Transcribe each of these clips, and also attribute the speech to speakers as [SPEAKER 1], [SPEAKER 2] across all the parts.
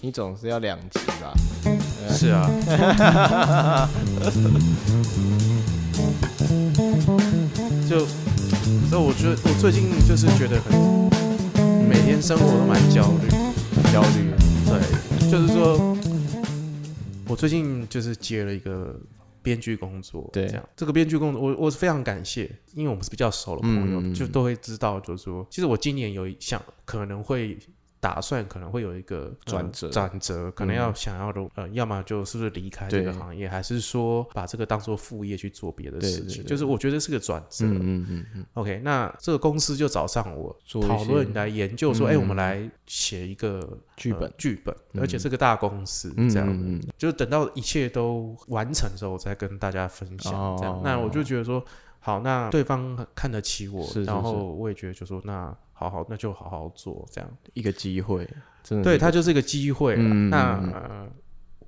[SPEAKER 1] 你总是要两集吧？
[SPEAKER 2] 是啊，就，所以我觉得我最近就是觉得很，每天生活都蛮 焦虑。
[SPEAKER 1] 焦虑，
[SPEAKER 2] 对，就是说，我最近就是接了一个编剧工作，
[SPEAKER 1] 对
[SPEAKER 2] 这样这个编剧工作，我我是非常感谢，因为我们是比较熟的朋友，
[SPEAKER 1] 嗯嗯嗯
[SPEAKER 2] 就都会知道，就是说，其实我今年有一项可能会。打算可能会有一个呃
[SPEAKER 1] 转折
[SPEAKER 2] 转折可
[SPEAKER 1] 嗯
[SPEAKER 2] 能要想要的、呃，要么就是不是离开这个
[SPEAKER 1] 对
[SPEAKER 2] 行业，还是说把这个当做副业去做别的
[SPEAKER 1] 对
[SPEAKER 2] 事
[SPEAKER 1] 对
[SPEAKER 2] 情，
[SPEAKER 1] 对
[SPEAKER 2] 就是我觉得是个转折。
[SPEAKER 1] 嗯嗯嗯嗯，
[SPEAKER 2] OK，那这个公司就找上我
[SPEAKER 1] 做一
[SPEAKER 2] 讨
[SPEAKER 1] 些
[SPEAKER 2] 论来研究说，
[SPEAKER 1] 嗯
[SPEAKER 2] 哎、我们来写一个
[SPEAKER 1] 剧
[SPEAKER 2] 呃
[SPEAKER 1] 本
[SPEAKER 2] 剧本，
[SPEAKER 1] 嗯
[SPEAKER 2] 而且是个大公司
[SPEAKER 1] 嗯
[SPEAKER 2] 这样的。
[SPEAKER 1] 嗯嗯
[SPEAKER 2] 就等到一切都完成的时候，我再跟大家分享。
[SPEAKER 1] 哦
[SPEAKER 2] 这样，那我就觉得说，好，那对方看得起我，
[SPEAKER 1] 是是
[SPEAKER 2] 然后我也觉得就说，那好好，那就好好做这样。
[SPEAKER 1] 一个机会，真的是
[SPEAKER 2] 对，
[SPEAKER 1] 一个
[SPEAKER 2] 它就是一个机会啦。
[SPEAKER 1] 嗯嗯嗯
[SPEAKER 2] 那、
[SPEAKER 1] 嗯
[SPEAKER 2] 呃、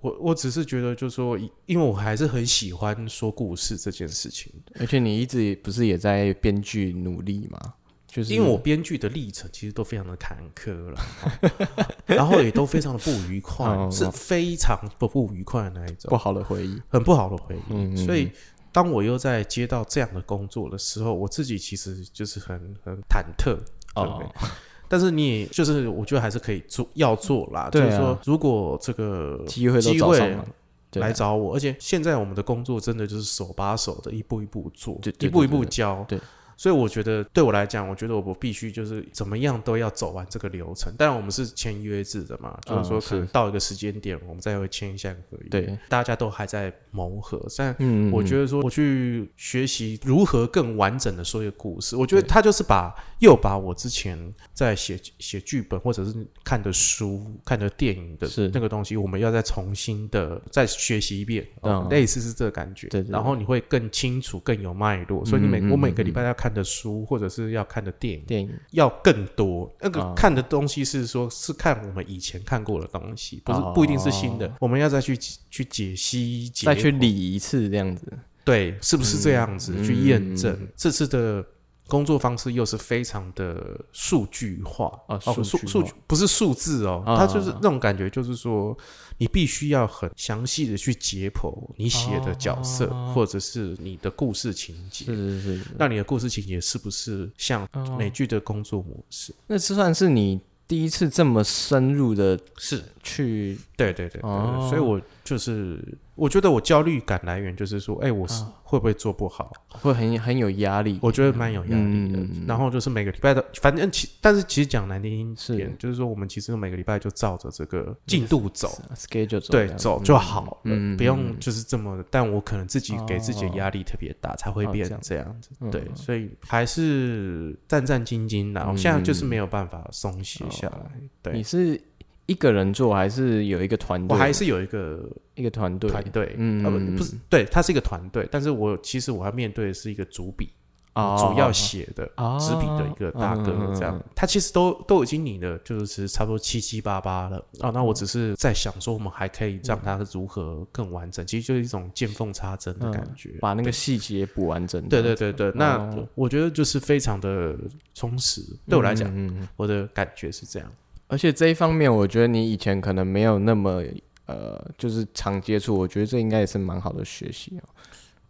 [SPEAKER 2] 我我只是觉得，就说，因为我还是很喜欢说故事这件事情，
[SPEAKER 1] 而且你一直不是也在编剧努力吗？就是
[SPEAKER 2] 因为我编剧的历程其实都非常的坎坷了，哦然后也都非常的不愉 快，
[SPEAKER 1] 哦
[SPEAKER 2] 是非常不不愉快的那一
[SPEAKER 1] 不
[SPEAKER 2] 种，
[SPEAKER 1] 好的回忆，
[SPEAKER 2] 很不好的回忆。
[SPEAKER 1] 嗯嗯
[SPEAKER 2] 所以当我又在接到这样的工作的时候，我自己其实就是很很忐忑。
[SPEAKER 1] 哦，
[SPEAKER 2] 呃但是你也就是，我觉得还是可以做，要做啦。
[SPEAKER 1] 对啊
[SPEAKER 2] 就是说，如果这个
[SPEAKER 1] 机会都
[SPEAKER 2] 机
[SPEAKER 1] 找
[SPEAKER 2] 会
[SPEAKER 1] 上了，对啊
[SPEAKER 2] 来找我，而且现在我们的工作真的就是手把手的，一步一步做，
[SPEAKER 1] 对对
[SPEAKER 2] 一步一
[SPEAKER 1] 对
[SPEAKER 2] 步
[SPEAKER 1] 对
[SPEAKER 2] 教。
[SPEAKER 1] 对
[SPEAKER 2] 所以我觉得对我来讲，我觉得我必须就是怎么样都要走完这个流程。当然我们是签约制的嘛，就
[SPEAKER 1] 嗯
[SPEAKER 2] 是说可能
[SPEAKER 1] 是
[SPEAKER 2] 到一个时间点，我们再会签一下合约。，
[SPEAKER 1] 对，
[SPEAKER 2] 大家都还在磨合，但
[SPEAKER 1] 嗯
[SPEAKER 2] 我觉
[SPEAKER 1] 得
[SPEAKER 2] 得说我去学习如何更完整的说一个故事，我觉得他就是把又把我之前在写写剧本或者是看的书、看的电影的
[SPEAKER 1] 是
[SPEAKER 2] 那个东西，我们要再重新的再学习一遍，哦
[SPEAKER 1] 嗯
[SPEAKER 2] 类似是这个感觉。
[SPEAKER 1] 对对对
[SPEAKER 2] 然后你会更清楚、更有脉络，所以你每、
[SPEAKER 1] 嗯嗯嗯
[SPEAKER 2] 我每个礼拜要看的书或者是要看的电影。
[SPEAKER 1] 电影
[SPEAKER 2] 要更多，那个
[SPEAKER 1] 啊
[SPEAKER 2] 看的东西是说，是看我们以前看过的东西，不是
[SPEAKER 1] 哦
[SPEAKER 2] 不一定是新的，我们要再去去解析、解
[SPEAKER 1] 再去理一次这样子，
[SPEAKER 2] 对，是不是这样子、
[SPEAKER 1] 嗯
[SPEAKER 2] 去验证、
[SPEAKER 1] 嗯
[SPEAKER 2] 这次的工作方式又是非常的数据化
[SPEAKER 1] 啊
[SPEAKER 2] 哦，
[SPEAKER 1] 数
[SPEAKER 2] 数
[SPEAKER 1] 据
[SPEAKER 2] 数
[SPEAKER 1] 化
[SPEAKER 2] 据不是数字哦，
[SPEAKER 1] 啊
[SPEAKER 2] 它就是那种感觉，就是说你必须要很详细的去解剖你写的角色、
[SPEAKER 1] 哦
[SPEAKER 2] 或者是你的故事情节，
[SPEAKER 1] 是是是，
[SPEAKER 2] 那你的故事情节是不是像
[SPEAKER 1] 哦
[SPEAKER 2] 美剧的工作模式？
[SPEAKER 1] 那是算是你第一次这么深入的
[SPEAKER 2] 是，
[SPEAKER 1] 去
[SPEAKER 2] 对对对对对
[SPEAKER 1] 哦
[SPEAKER 2] 所以我就是我觉得我焦虑感来源就是说，哎、我是
[SPEAKER 1] 啊
[SPEAKER 2] 会不会做不好？
[SPEAKER 1] 会很很有压力，
[SPEAKER 2] 我觉得蛮有压力的。
[SPEAKER 1] 嗯嗯嗯嗯
[SPEAKER 2] 然后就是每个礼拜的，反正其但是其实讲难听一
[SPEAKER 1] 是
[SPEAKER 2] 点，就是说我们其实每个礼拜就照着这个进度走，
[SPEAKER 1] schedule 走
[SPEAKER 2] 对
[SPEAKER 1] 这，样
[SPEAKER 2] 走
[SPEAKER 1] 嗯
[SPEAKER 2] 就好了，
[SPEAKER 1] 嗯嗯嗯
[SPEAKER 2] 不用就是这么。但我可能自己给自己的
[SPEAKER 1] 哦
[SPEAKER 2] 压力特别大，才会
[SPEAKER 1] 哦
[SPEAKER 2] 变
[SPEAKER 1] 这样
[SPEAKER 2] 这样子。
[SPEAKER 1] 嗯
[SPEAKER 2] 对，所以还是战战兢兢的。我现在就是没有办法松懈下来。
[SPEAKER 1] 哦你
[SPEAKER 2] 对，
[SPEAKER 1] 是一个人做还是有一个团
[SPEAKER 2] 我
[SPEAKER 1] 队？
[SPEAKER 2] 还是有一个
[SPEAKER 1] 一个团队
[SPEAKER 2] 团队，
[SPEAKER 1] 哦嗯
[SPEAKER 2] 啊不
[SPEAKER 1] 嗯嗯
[SPEAKER 2] 不是，对，它是一个团队，但是我其实我要面对的是一个主笔，
[SPEAKER 1] 哦
[SPEAKER 2] 主要写的
[SPEAKER 1] 哦
[SPEAKER 2] 执笔的一个大哥
[SPEAKER 1] 嗯嗯嗯
[SPEAKER 2] 这样
[SPEAKER 1] 嗯，
[SPEAKER 2] 他其实都都已经拟的，就是差不多七七八八了啊。那我只是在想说，我们还可以让
[SPEAKER 1] 嗯
[SPEAKER 2] 他如何更完整，其实就是一种见缝插针的感觉。
[SPEAKER 1] 把那个细节补完整。
[SPEAKER 2] 对对对对，那
[SPEAKER 1] 哦
[SPEAKER 2] 我觉得就是非常的充实，对我来讲，
[SPEAKER 1] 嗯，嗯嗯
[SPEAKER 2] 我的感觉是这样。
[SPEAKER 1] 而且这一方面，我觉得你以前可能没有那么呃，就是常接触，我觉得这应该也是蛮好的学习哦。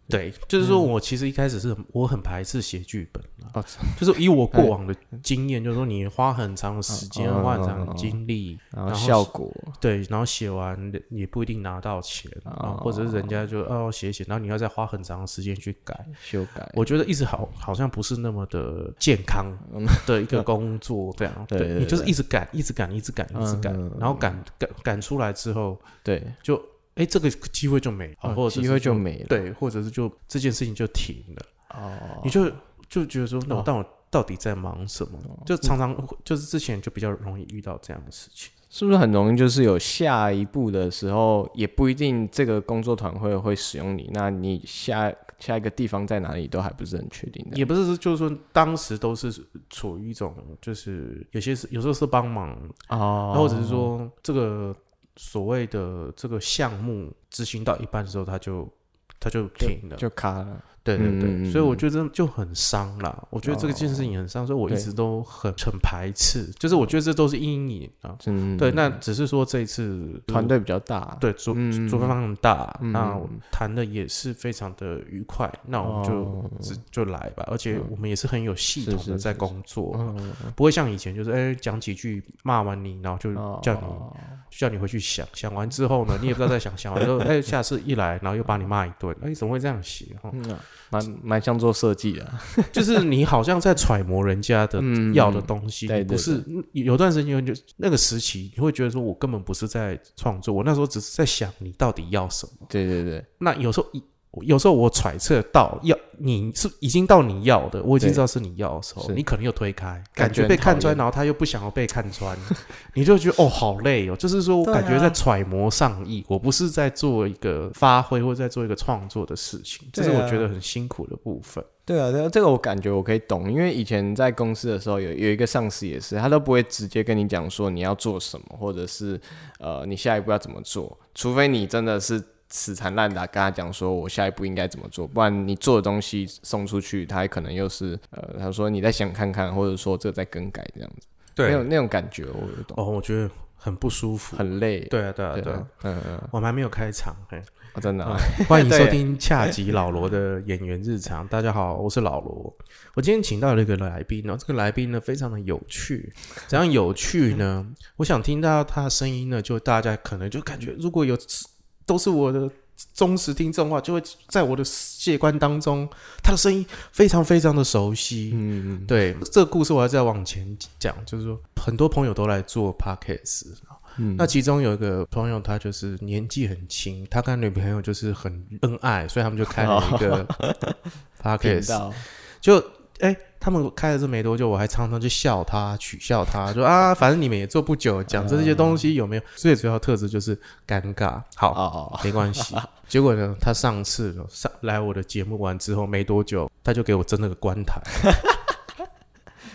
[SPEAKER 2] 对，就是说我其实一开始是很我很排斥写剧本啊
[SPEAKER 1] 嗯哦哎
[SPEAKER 2] 就是以我过 往的经验，就是说你花很长的时间，
[SPEAKER 1] 嗯嗯
[SPEAKER 2] 花
[SPEAKER 1] 嗯
[SPEAKER 2] 很长的
[SPEAKER 1] 嗯
[SPEAKER 2] 精力，
[SPEAKER 1] 然
[SPEAKER 2] 然
[SPEAKER 1] 后
[SPEAKER 2] 后
[SPEAKER 1] 效果
[SPEAKER 2] 对，然后写完也不一定拿到钱啊，
[SPEAKER 1] 哦
[SPEAKER 2] 或者是人家就哦写一写，然后你要再花很长的时间去改。
[SPEAKER 1] 修改，
[SPEAKER 2] 我觉得一直好好像不是那么的健康
[SPEAKER 1] 嗯
[SPEAKER 2] 的一个工作，这样
[SPEAKER 1] 对对
[SPEAKER 2] 你就是
[SPEAKER 1] 对
[SPEAKER 2] 一直赶，一直赶，一直赶，一直
[SPEAKER 1] 嗯
[SPEAKER 2] 赶
[SPEAKER 1] 嗯，
[SPEAKER 2] 然后赶赶赶出来之后，
[SPEAKER 1] 对，
[SPEAKER 2] 就哎这个机会就没了，或
[SPEAKER 1] 哦
[SPEAKER 2] 者是
[SPEAKER 1] 机会就没了。
[SPEAKER 2] 对，或者是就这件事情就停了，
[SPEAKER 1] 哦，
[SPEAKER 2] 你就就觉得说，那我
[SPEAKER 1] 哦
[SPEAKER 2] 但我到底在忙什么？就常常会就是之前就比较容易遇到这样的事情。
[SPEAKER 1] 是不是很容易就是有下一步的时候，也不一定这个工作团会会使用你，那你下下一个地方在哪里都还不是很确定的。
[SPEAKER 2] 也不是，就是说当时都是处于一种，就是有些是有时候是帮忙，
[SPEAKER 1] 哦
[SPEAKER 2] 然后或者是说这个所谓的这个项目执行到一半的时候，他就它就停了。
[SPEAKER 1] 就卡了。
[SPEAKER 2] 对对对，
[SPEAKER 1] 嗯嗯嗯
[SPEAKER 2] 所以我觉得就很伤啦。我觉得这个件事情很伤，所以我一
[SPEAKER 1] 对
[SPEAKER 2] 直都很很排斥。就是我觉得这都是阴影啊。
[SPEAKER 1] 嗯，
[SPEAKER 2] 对，那只是说这一次
[SPEAKER 1] 团队比较大，
[SPEAKER 2] 对主
[SPEAKER 1] 嗯
[SPEAKER 2] 主办方很大，
[SPEAKER 1] 嗯
[SPEAKER 2] 那我谈的也是非常的愉快。那我们就
[SPEAKER 1] 哦嗯
[SPEAKER 2] 只就来吧，而且我们也是很有系统
[SPEAKER 1] 是是
[SPEAKER 2] 的
[SPEAKER 1] 是
[SPEAKER 2] 在工作，
[SPEAKER 1] 嗯，
[SPEAKER 2] 不会像以前就是哎讲几句骂完你，然后就
[SPEAKER 1] 哦
[SPEAKER 2] 叫你叫你回去想，想完之后呢，你也不知道在想，想完之后，哎、下次一来，然后又把你骂一顿，哎、怎么会这样写？哦，
[SPEAKER 1] 嗯啊蛮蛮像做设计的啊，
[SPEAKER 2] 就是你好像在揣摩人家的
[SPEAKER 1] 嗯
[SPEAKER 2] 要的东西，
[SPEAKER 1] 对
[SPEAKER 2] 你不
[SPEAKER 1] 对
[SPEAKER 2] 是有段时间就那个时期，你会觉得说我根本不是在创作，我那时候只是在想你到底要什么。
[SPEAKER 1] 嗯对对对，
[SPEAKER 2] 那有时候一。有时候我揣测到要你是已经到你要的，我已经
[SPEAKER 1] 对
[SPEAKER 2] 知道是你要的时候，
[SPEAKER 1] 是
[SPEAKER 2] 你可能又推开，
[SPEAKER 1] 感
[SPEAKER 2] 感觉
[SPEAKER 1] 觉
[SPEAKER 2] 被
[SPEAKER 1] 很
[SPEAKER 2] 看
[SPEAKER 1] 讨
[SPEAKER 2] 穿，
[SPEAKER 1] 厌
[SPEAKER 2] 然后他又不想要被看穿， 你就觉得哦好累哦，就是说我
[SPEAKER 1] 对
[SPEAKER 2] 感觉
[SPEAKER 1] 啊
[SPEAKER 2] 在揣摩上意，我不是在做一个发挥或者在做一个创作的事情，这是
[SPEAKER 1] 对
[SPEAKER 2] 我
[SPEAKER 1] 啊
[SPEAKER 2] 觉得很辛苦的部分。
[SPEAKER 1] 对啊，对啊，这个我感觉我可以懂，因为以前在公司的时候有有一个上司也是，他都不会直接跟你讲说你要做什么，或者是呃你下一步要怎么做，除非你真的是死缠烂打跟他讲说我下一步应该怎么做，不然你做的东西送出去，他可能又是呃他说你再想看看，或者说这个再更改这样子，那种那种感觉我有懂，
[SPEAKER 2] 哦，我觉得很不舒服。
[SPEAKER 1] 啊很累，
[SPEAKER 2] 对啊，对啊，对
[SPEAKER 1] 对
[SPEAKER 2] 啊
[SPEAKER 1] 啊，，嗯嗯，
[SPEAKER 2] 我们还没有开场，哎嘿，
[SPEAKER 1] 哦真的啊，
[SPEAKER 2] 欢迎收
[SPEAKER 1] 对
[SPEAKER 2] 听恰吉老罗的演员日常。大家好，我是老罗。我今天请到了一个来宾哦呢，这个来宾呢非常的有趣。怎样有趣呢？我想听到他的声音呢，就大家可能就感觉，如果有都是我的忠实听众的话，就会在我的世界观当中，他的声音非常非常的熟悉。
[SPEAKER 1] 嗯嗯
[SPEAKER 2] 对这个故事，我要再往前讲，就是说很多朋友都来做 podcast，
[SPEAKER 1] 嗯，
[SPEAKER 2] 那其中有一个朋友，他就是年纪很轻，他跟他女朋友就是很恩爱，所以他们就开了一个
[SPEAKER 1] 哦频
[SPEAKER 2] podcast，
[SPEAKER 1] 道
[SPEAKER 2] 就哎、他们开了这没多久，我还常常就笑他，取笑他，说啊，反正你们也做不久，讲这些东西有没有？最主要特质就是尴尬。
[SPEAKER 1] 哦
[SPEAKER 2] 好，
[SPEAKER 1] 哦，
[SPEAKER 2] 没 关系。结果呢，他上次呢上来我的节目完之后没多久，他就给我真的个关台，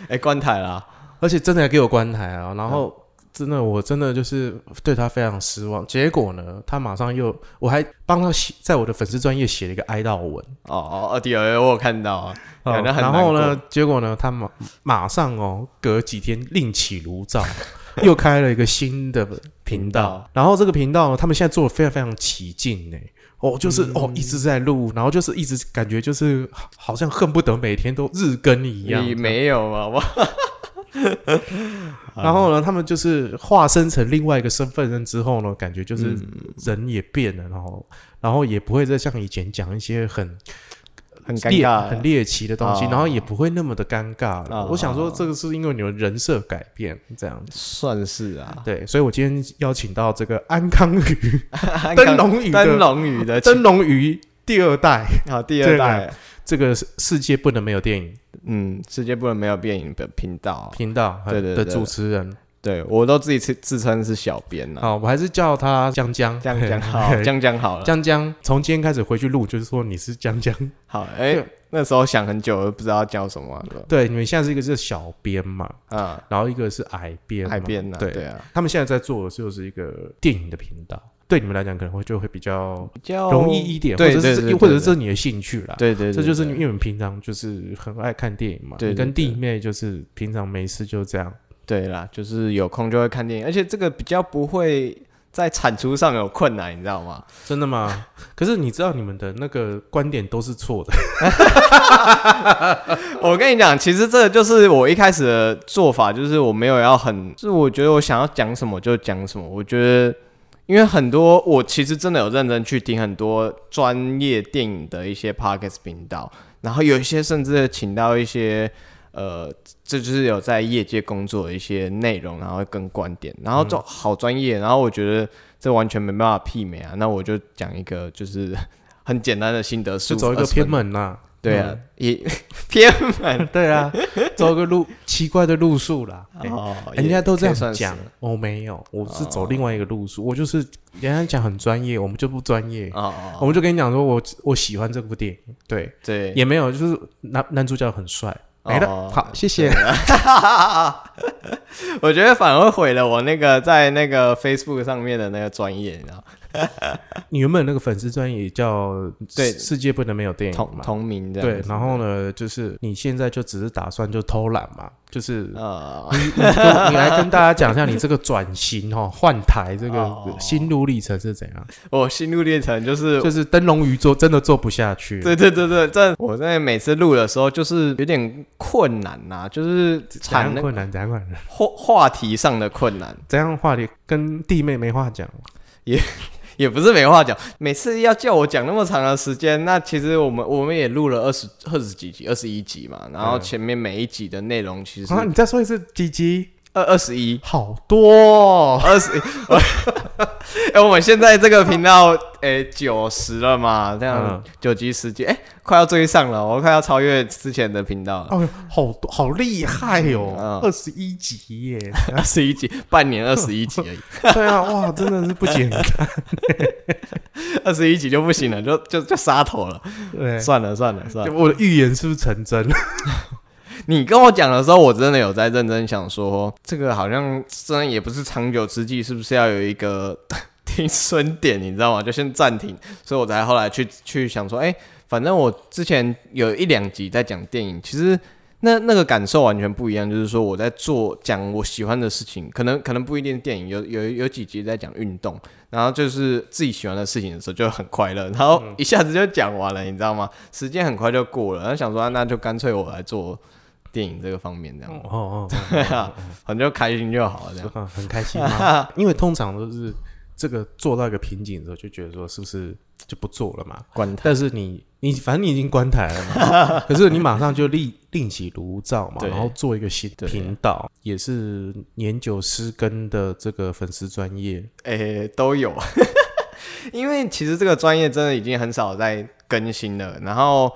[SPEAKER 1] 哎关台啦，
[SPEAKER 2] 而且真的还给我关台啊，然后。真的，我真的就是对他非常失望。结果呢，他马上又，我还帮他写，在我的粉丝专页写了一个哀悼文。
[SPEAKER 1] 哦哦哦，第二我有看到啊，
[SPEAKER 2] 哦
[SPEAKER 1] 感觉很
[SPEAKER 2] 然
[SPEAKER 1] 难
[SPEAKER 2] 后
[SPEAKER 1] 过
[SPEAKER 2] 呢，结果呢，他马马上哦，隔几天另起炉灶， 又开了一个新的频
[SPEAKER 1] 频
[SPEAKER 2] 道
[SPEAKER 1] 道。
[SPEAKER 2] 然后这个频道呢，他们现在做的非常非常起劲呢。哦，就是、
[SPEAKER 1] 嗯
[SPEAKER 2] 哦，一直在录，然后就是一直感觉就是好好像恨不得每天都日更一样。
[SPEAKER 1] 你没有啊，我啊
[SPEAKER 2] 然后呢，他们就是化身成另外一个身份人之后呢，感觉就是
[SPEAKER 1] 嗯
[SPEAKER 2] 人也变了，然后然后也不会再像以前讲一些很
[SPEAKER 1] 很尴
[SPEAKER 2] 猎
[SPEAKER 1] 尬，
[SPEAKER 2] 很啊猎奇的东西，
[SPEAKER 1] 哦
[SPEAKER 2] 然后也不会那么的尴尬了。
[SPEAKER 1] 哦
[SPEAKER 2] 我想说，这个是因为你们人设改变这样。
[SPEAKER 1] 算是 啊。
[SPEAKER 2] 对，所以我今天邀请到这个安康鱼、灯
[SPEAKER 1] 灯
[SPEAKER 2] 笼鱼的
[SPEAKER 1] 灯笼鱼的
[SPEAKER 2] 灯笼鱼第二代，
[SPEAKER 1] 好第二代，
[SPEAKER 2] 这个世世界不能没有电影
[SPEAKER 1] 嗯，世界不能没有电影的频道，
[SPEAKER 2] 频道
[SPEAKER 1] 对对
[SPEAKER 2] 的
[SPEAKER 1] 对
[SPEAKER 2] 主持人。
[SPEAKER 1] 对我都自己自自称是小编了，
[SPEAKER 2] 好，我还是叫他江江，
[SPEAKER 1] 这样讲啊 好，这样讲好了，
[SPEAKER 2] 江江，从今天开始回去录，就是说你是江江。
[SPEAKER 1] 好，哎，那时候想很久，不知道叫什么
[SPEAKER 2] 对，你们现在是一个是小编嘛，
[SPEAKER 1] 啊，
[SPEAKER 2] 然后一个是矮编嘛，
[SPEAKER 1] 海边呢，
[SPEAKER 2] 对
[SPEAKER 1] 对啊，
[SPEAKER 2] 他们现在在做的就是一个电影的频道，对你们来讲可能会就会比较
[SPEAKER 1] 比较
[SPEAKER 2] 容易一点，
[SPEAKER 1] 哦对
[SPEAKER 2] 或者
[SPEAKER 1] 对
[SPEAKER 2] 是
[SPEAKER 1] 对
[SPEAKER 2] 这
[SPEAKER 1] 对
[SPEAKER 2] 或者是这是你的兴趣啦。
[SPEAKER 1] 对对，对
[SPEAKER 2] 这就是
[SPEAKER 1] 对
[SPEAKER 2] 因为你们平常就是很爱看电影嘛，
[SPEAKER 1] 对对
[SPEAKER 2] 你跟
[SPEAKER 1] 对
[SPEAKER 2] 弟妹就是平常没事就这样。
[SPEAKER 1] 对啦，就是有空就会看电影，而且这个比较不会在产出上有困难，你知道吗？
[SPEAKER 2] 真的吗？ 可是你知道你们的那个观点都是 错的，
[SPEAKER 1] 我跟你讲，其实这个就是我一开始的做法，就是我没有要很，就是我觉得我想要讲什么就讲什么。我觉得，因为很多我其实真的有认真去听很多专业电影的一些 podcast 频道，然后有一些甚至请到一些呃，这就是有在业界工作的一些内容，然后跟观点，然后就好专业，然后我觉得这完全没办法媲美啊。那我就讲一个就是很简单的心得书，
[SPEAKER 2] 就 走一个
[SPEAKER 1] 20分
[SPEAKER 2] 偏嗯门呐。
[SPEAKER 1] 啊对啊，也 偏门
[SPEAKER 2] 嗯， 对啊，走一个路奇怪的路数啦。哎
[SPEAKER 1] 哦，
[SPEAKER 2] 人家都这
[SPEAKER 1] 也可以
[SPEAKER 2] 样
[SPEAKER 1] 算是哦
[SPEAKER 2] 讲，我、没有，我是走另外一个路数，我就是人家讲很专业，我们就不专业，
[SPEAKER 1] 哦哦，
[SPEAKER 2] 我们就跟你讲说我我喜欢这部电影，对，
[SPEAKER 1] 对，
[SPEAKER 2] 也没有，就是男男主角很帅，没了，
[SPEAKER 1] 哦
[SPEAKER 2] 好，谢谢。
[SPEAKER 1] 我觉得反而毁了我那个在那个 Facebook 上面的那个专业，你知道吗？
[SPEAKER 2] 你原本那个粉丝专业叫
[SPEAKER 1] 对
[SPEAKER 2] 世界不能没有电影
[SPEAKER 1] 同
[SPEAKER 2] 嘛？
[SPEAKER 1] 同名这样
[SPEAKER 2] 对，
[SPEAKER 1] 子。
[SPEAKER 2] 然后呢，就是你现在就只是打算就偷懒嘛，就是
[SPEAKER 1] 呃，
[SPEAKER 2] 你你跟你来跟大家讲一下你这个转型哦，换台这个
[SPEAKER 1] 哦
[SPEAKER 2] 心路历程是怎样？
[SPEAKER 1] 我心路历程就是
[SPEAKER 2] 就是灯笼鱼做真的做不下去，
[SPEAKER 1] 对对对对，但我在每次录的时候就是有点困难呐、就是
[SPEAKER 2] 怎样
[SPEAKER 1] 产那
[SPEAKER 2] 困难？怎样困难？
[SPEAKER 1] 话话题上的困难，
[SPEAKER 2] 怎样话题跟弟妹没话讲？
[SPEAKER 1] 也不是没话讲。每次要叫我讲那么长的时间，那其实我们我们也录了二十二十几集，二十一集嘛，然后
[SPEAKER 2] 嗯
[SPEAKER 1] 前面每一集的内容其实
[SPEAKER 2] 啊，你再说一次，几集？
[SPEAKER 1] 二二十一。
[SPEAKER 2] 好多、哦，
[SPEAKER 1] 二十， 哎，我们现在这个频道，哎，九十了嘛，这样
[SPEAKER 2] 嗯
[SPEAKER 1] 九级十级，哎，快要追上了，我快要超越之前的频道了。
[SPEAKER 2] 哦，好多，好厉害哦
[SPEAKER 1] 嗯，
[SPEAKER 2] 二十一集耶！
[SPEAKER 1] 二十一集，半年二十一集而已，
[SPEAKER 2] 对啊，哇，真的是不 简单。
[SPEAKER 1] 二十一集就不行了，就就就杀头了。
[SPEAKER 2] 对，
[SPEAKER 1] 算了算了算了，
[SPEAKER 2] 我的预言是不是成真了？
[SPEAKER 1] 你跟我讲的时候，我真的有在认真想说，这个好像真的也不是长久之计，是不是要有一个停损点，你知道吗？就先暂停，所以我才后来去去想说，哎、反正我之前有一两集在讲电影，其实。那那个感受完全不一样，就是说我在做讲我喜欢的事情，可能可能不一定电影，有有有几集在讲运动，然后就是自己喜欢的事情的时候就很快乐，然后一下子就讲完了，你知道吗？时间很快就过了，然后想说、啊那就干脆我来做电影这个方面，这样、
[SPEAKER 2] 哦哦，
[SPEAKER 1] 对啊， 反正就开心就好了，这样。
[SPEAKER 2] 啊，很开 心吗？因为通常都是这个做到一个瓶颈的时候，就觉得说是不是就不做了嘛？
[SPEAKER 1] 关他，
[SPEAKER 2] 但是你你反正你已经关台了 嘛，可是你马上就另另起炉灶嘛，
[SPEAKER 1] 对
[SPEAKER 2] 然后做一个新
[SPEAKER 1] 对
[SPEAKER 2] 频道，也是年久失根的这个粉丝专业，
[SPEAKER 1] 诶、都有， 因为其实这个专业真的已经很少在更新了，然后。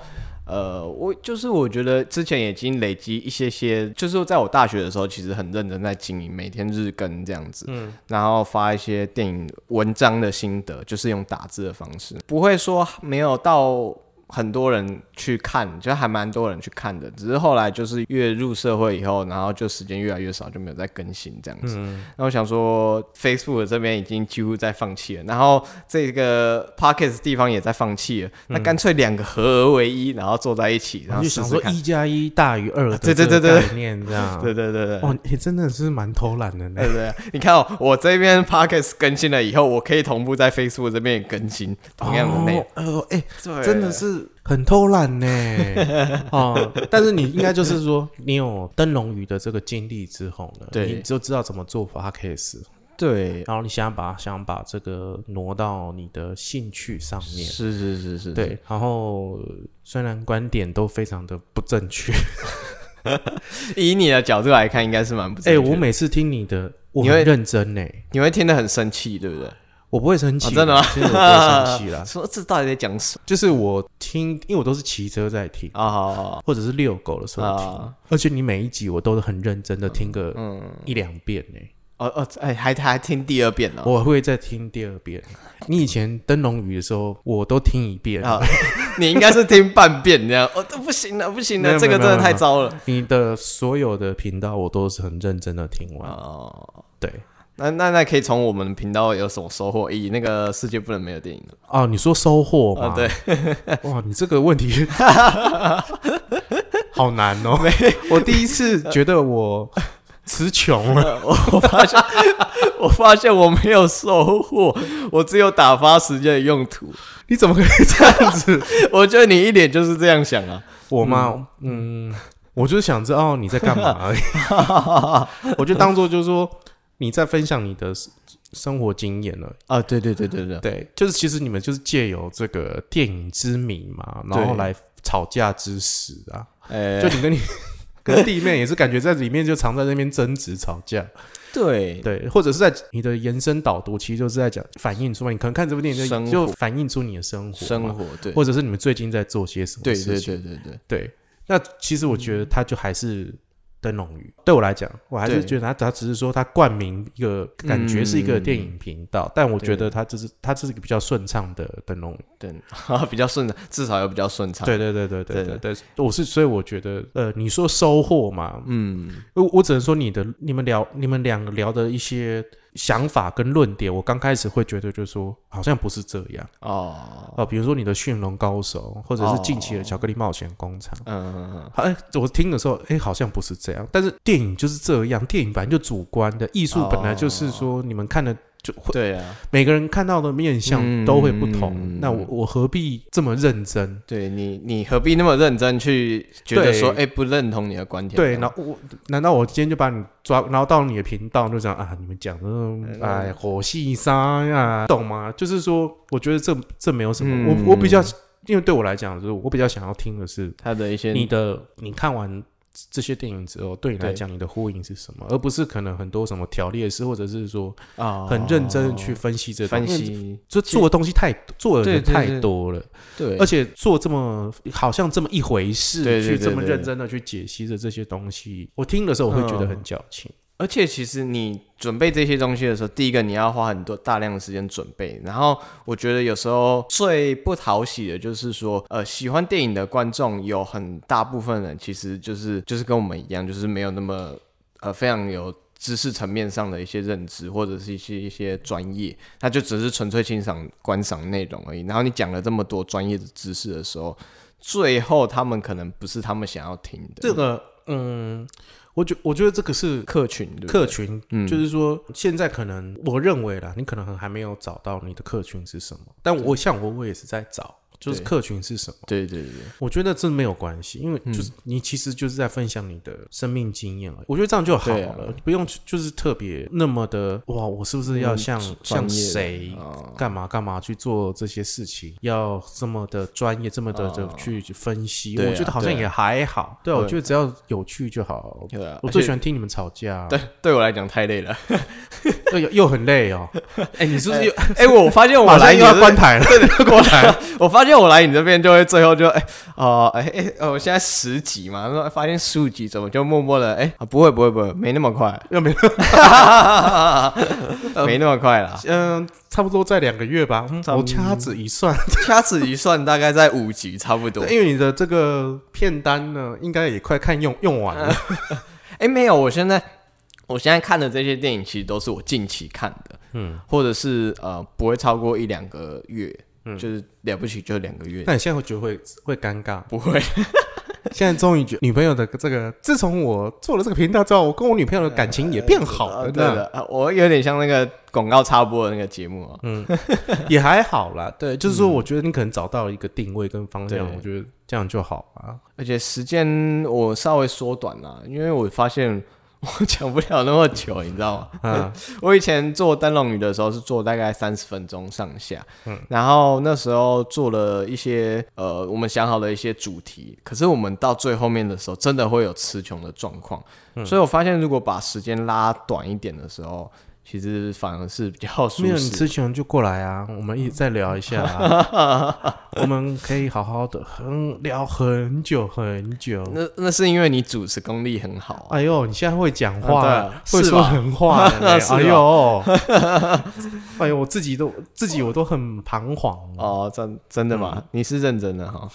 [SPEAKER 1] 呃，我就是我觉得之前已经累积一些些，就是在我大学的时候，其实很认真在经营，每天日更这样子，嗯，然后发一些电影文章的心得，就是用打字的方式，不会说没有到很多人去看，就还蛮多人去看的，只是后来就是越入社会以后，然后就时间越来越少，就没有再更新这样子。
[SPEAKER 2] 嗯
[SPEAKER 1] 那我想说，Facebook 这边已经几乎在放弃了，然后这个 Pocket 地方也在放弃了，那干脆两个合而为一，然后坐在一起，然
[SPEAKER 2] 然后
[SPEAKER 1] 后
[SPEAKER 2] 就
[SPEAKER 1] 试
[SPEAKER 2] 嗯哦想
[SPEAKER 1] 试
[SPEAKER 2] 说
[SPEAKER 1] 看。啊
[SPEAKER 2] 一啊加一大于二的
[SPEAKER 1] 对
[SPEAKER 2] 这
[SPEAKER 1] 对
[SPEAKER 2] 个
[SPEAKER 1] 对对对
[SPEAKER 2] 概念这
[SPEAKER 1] 对
[SPEAKER 2] 样。
[SPEAKER 1] 对对对。
[SPEAKER 2] 哇，你欸真的是蛮偷懒的呢
[SPEAKER 1] 对。不对？ 你看、哦，我这边 Pockets 更新了以后，我可以同步在 Facebook 这边也更新同样的内容
[SPEAKER 2] 哦，呃，哎，
[SPEAKER 1] 对
[SPEAKER 2] 真的是很偷懒 呢。哦，但是你应该就是说，你有灯笼鱼的这个经历之后呢，
[SPEAKER 1] 对
[SPEAKER 2] 你就知道怎么做 podcast，
[SPEAKER 1] 对，
[SPEAKER 2] 然后你想把想把这个挪到你的兴趣上面。
[SPEAKER 1] 是是是是，
[SPEAKER 2] 对，然后虽然观点都非常的不正确，
[SPEAKER 1] 以你的角度来看，应该是蛮不错。
[SPEAKER 2] 哎、我每次听你的，我
[SPEAKER 1] 你会
[SPEAKER 2] 很认真呢，
[SPEAKER 1] 你会听得很生气，对不对？
[SPEAKER 2] 我不会生气、
[SPEAKER 1] 哦真的吗，
[SPEAKER 2] 其 实我不会生气 啦
[SPEAKER 1] 说这到底在讲什
[SPEAKER 2] 就是我听，因为我都是骑车在听，
[SPEAKER 1] 么啊？好好好
[SPEAKER 2] 或者是遛狗的时候听，
[SPEAKER 1] 啊
[SPEAKER 2] 而且你每一集我都是很认真的听个
[SPEAKER 1] 嗯，
[SPEAKER 2] 一两遍呢、
[SPEAKER 1] 哦哦，哎，还还听第二遍呢、哦
[SPEAKER 2] 我会再听第二遍。你以前灯笼鱼的时候，我都听一遍。
[SPEAKER 1] 啊，你应该是听半遍这样。 哦，这不行了，不行
[SPEAKER 2] 没
[SPEAKER 1] 了，
[SPEAKER 2] 有
[SPEAKER 1] 这个
[SPEAKER 2] 没
[SPEAKER 1] 真的
[SPEAKER 2] 有没有
[SPEAKER 1] 太糟了。
[SPEAKER 2] 你的所有的频道，我都是很认真的听完。
[SPEAKER 1] 哦，
[SPEAKER 2] 对，
[SPEAKER 1] 那那那可以从我们频道有什么收获？以那个世界不能没有电影的
[SPEAKER 2] 哦，你说收获吗？
[SPEAKER 1] 啊，对，
[SPEAKER 2] 哇，你这个 问题好难哦！我第一次觉得我词穷 了。
[SPEAKER 1] 我我发现我发现我没有收获，我只有打发时间的用途。
[SPEAKER 2] 你怎么可以这样 子？
[SPEAKER 1] 我觉得你一脸就是这样想啊。
[SPEAKER 2] 我吗？嗯，我就想知道你在干嘛而已。 我就当做就是说你在分享你的生生活经验了。
[SPEAKER 1] 啊，对对对对对，
[SPEAKER 2] 对，就是其实你们就是借由这个电影之名嘛，然后
[SPEAKER 1] 对
[SPEAKER 2] 来吵架之实啊。
[SPEAKER 1] 哎、
[SPEAKER 2] 就 你跟你跟弟妹也是感觉在里面就常在那边争执吵架，
[SPEAKER 1] 对
[SPEAKER 2] 对，或者是在你的延伸导读，其实就是在讲反映出来，你可能看这部电影
[SPEAKER 1] 生
[SPEAKER 2] 就
[SPEAKER 1] 活
[SPEAKER 2] 就反映出你的生活嘛，
[SPEAKER 1] 生活，对
[SPEAKER 2] 或者是你们最近在做些什么
[SPEAKER 1] 对
[SPEAKER 2] 事
[SPEAKER 1] 对
[SPEAKER 2] 情。
[SPEAKER 1] 对对对，
[SPEAKER 2] 对那其实我觉得他就还是。灯笼鱼对我来讲，我还
[SPEAKER 1] 嗯
[SPEAKER 2] 是
[SPEAKER 1] 对
[SPEAKER 2] 觉得他他只是说他冠名一个感觉是一个电
[SPEAKER 1] 嗯
[SPEAKER 2] 影频道，但我觉得他就是他这是一个比较顺畅的灯笼鱼。
[SPEAKER 1] 对， 啊比较顺畅，至少要比较顺畅。，
[SPEAKER 2] 对对对对对
[SPEAKER 1] 啊对
[SPEAKER 2] 对对，我是所以我觉得呃，你说收获嘛，
[SPEAKER 1] 嗯，
[SPEAKER 2] 我我只能说你的你们聊你们两个聊的一些想法跟论点，我刚开始会觉得就是说好像不是这样
[SPEAKER 1] 哦，
[SPEAKER 2] 哦、比如说你的《驯龙高手》，或者是近期的
[SPEAKER 1] 哦
[SPEAKER 2] 《巧克力冒险工厂》
[SPEAKER 1] 嗯嗯嗯
[SPEAKER 2] 好，哎、我听的时候，哎、好像不是这样。但是电影就是这样，电影本来就主观的，艺术本来就是说你们看的就
[SPEAKER 1] 嗯，
[SPEAKER 2] 会，
[SPEAKER 1] 对啊，
[SPEAKER 2] 每个人看到的面相都会不同。
[SPEAKER 1] 嗯
[SPEAKER 2] 那我我何必这么认真？
[SPEAKER 1] 对你你何必那么认真去觉得
[SPEAKER 2] 对
[SPEAKER 1] 说，哎，不认同你的观点？啊
[SPEAKER 2] 对，然后我难道我今天就把你抓，然后到你的频道就讲啊，你们讲的哎火系杀呀，懂吗？就是说，我觉得这这没有什么，
[SPEAKER 1] 嗯
[SPEAKER 2] 我我比较，因为对我来讲，就是我比较想要听的是
[SPEAKER 1] 他的一些
[SPEAKER 2] 你的你看完这些电影之后，对你来讲，你的呼应是什么，而不是可能很多什么条列式，或者是说
[SPEAKER 1] 啊
[SPEAKER 2] 很认真的去分析这东
[SPEAKER 1] 分
[SPEAKER 2] 西，因为
[SPEAKER 1] 析，
[SPEAKER 2] 这做的东西太做的人
[SPEAKER 1] 对对对
[SPEAKER 2] 太多了，
[SPEAKER 1] 对，
[SPEAKER 2] 而且做这么好像这么一回事，
[SPEAKER 1] 对对对
[SPEAKER 2] 去这么
[SPEAKER 1] 对
[SPEAKER 2] 认真的去解析着这些东西，我听的时候我会
[SPEAKER 1] 嗯
[SPEAKER 2] 觉得很矫情。
[SPEAKER 1] 而且其实你准备这些东西的时候，第一个你要花很多大量的时间准备，然后我觉得有时候最不讨喜的就是说，呃，喜欢电影的观众有很大部分人其实就是就是跟我们一样，就是没有那么呃非常有。知识层面上的一些认知，或者是一些一些专业，他就只是纯粹欣赏观赏内容而已。然后你讲了这么多专业的知识的时候，最后他们可能不是他们想要听的。
[SPEAKER 2] 这个，嗯，我觉我觉得这个是
[SPEAKER 1] 客群，对不对
[SPEAKER 2] 客群，
[SPEAKER 1] 嗯
[SPEAKER 2] 就是说现在可能我认为啦，你可能还没有找到你的客群是什么，但我像我我也是在找，就是
[SPEAKER 1] 对
[SPEAKER 2] 客群是什么。
[SPEAKER 1] 对对对，
[SPEAKER 2] 我觉得这没有关系，因为
[SPEAKER 1] 嗯
[SPEAKER 2] 就是你其实就是在分享你的生命经验而已。我觉得这样就好
[SPEAKER 1] 对啊
[SPEAKER 2] 了，不用去就是特别那么的哇，我是不是
[SPEAKER 1] 嗯
[SPEAKER 2] 要像像谁
[SPEAKER 1] 啊？
[SPEAKER 2] 干嘛干嘛去做这些事情，要这么的专业，这么的的
[SPEAKER 1] 哦
[SPEAKER 2] 去去分析？
[SPEAKER 1] 对啊
[SPEAKER 2] 我觉得好像
[SPEAKER 1] 对啊
[SPEAKER 2] 也还好，对啊，
[SPEAKER 1] 对
[SPEAKER 2] 我觉得只要有趣就好。
[SPEAKER 1] 对啊，
[SPEAKER 2] 我
[SPEAKER 1] 而
[SPEAKER 2] 最
[SPEAKER 1] 且
[SPEAKER 2] 喜欢听你们吵架啊，
[SPEAKER 1] 对对我来讲太累了。
[SPEAKER 2] 又又又很累哦。 哎，你是不是又
[SPEAKER 1] 哎、我发现我
[SPEAKER 2] 马上
[SPEAKER 1] 来你
[SPEAKER 2] 又要
[SPEAKER 1] 这
[SPEAKER 2] 关台了？
[SPEAKER 1] 过来，我发现我来你这边就会最后就哎哦哎哎哦，我现在十级嘛，那发现十五级怎么就默默的哎、啊不会不会不会，没那么快，
[SPEAKER 2] 又没
[SPEAKER 1] 没那么快啦。
[SPEAKER 2] 嗯，差不多在两个月吧。嗯
[SPEAKER 1] 差不
[SPEAKER 2] 我
[SPEAKER 1] 多
[SPEAKER 2] 掐指一算，
[SPEAKER 1] 掐指一算，大概在五级差不多。
[SPEAKER 2] 对因为你的这个片单呢，应该也快看用用完了。
[SPEAKER 1] 哎、没有，我现在我现在看的这些电影，其实都是我近期看的，嗯，或者是呃不会超过一两个月，就是了不起就两个月，
[SPEAKER 2] 那你现在会觉得会会尴尬？
[SPEAKER 1] 不会。
[SPEAKER 2] 现在终于觉女朋友的这个，自从我做了这个频道之后，我跟我女朋友的感情也变好
[SPEAKER 1] 啊
[SPEAKER 2] 了
[SPEAKER 1] 对
[SPEAKER 2] 呢，
[SPEAKER 1] 的，啊我有点像那个广告插播的那个节目
[SPEAKER 2] 嗯
[SPEAKER 1] 啊。
[SPEAKER 2] 也还好啦。对，就是说，我觉得你可能找到了一个定位跟方向，
[SPEAKER 1] 嗯对
[SPEAKER 2] 我觉得这样就好啊了。
[SPEAKER 1] 而且时间我稍微缩短了，因为我发现 我讲不了那么久，你知道吗？
[SPEAKER 2] 啊，
[SPEAKER 1] 我以前做灯笼鱼的时候是做大概三十分钟上下，
[SPEAKER 2] 嗯
[SPEAKER 1] 然后那时候做了一些呃我们想好的一些主题，可是我们到最后面的时候真的会有词穷的状况，
[SPEAKER 2] 嗯
[SPEAKER 1] 所以我发现如果把时间拉短一点的时候，其实反而是比较舒
[SPEAKER 2] 没有你
[SPEAKER 1] 适。
[SPEAKER 2] 之前就过来啊，我们一起再聊一下、啊， 我们可以好好的很聊很久很久。
[SPEAKER 1] 那那是因为你主持功力很好啊。
[SPEAKER 2] 哎呦，你现在会讲话，
[SPEAKER 1] 啊对
[SPEAKER 2] 会
[SPEAKER 1] 是
[SPEAKER 2] 说
[SPEAKER 1] 吧
[SPEAKER 2] 狠话了呢
[SPEAKER 1] 是吧啊
[SPEAKER 2] 哎呦， 哎呦，我自己都自己我都很彷徨。啊
[SPEAKER 1] 哦，真真的吗？
[SPEAKER 2] 嗯
[SPEAKER 1] 你是认真的哈？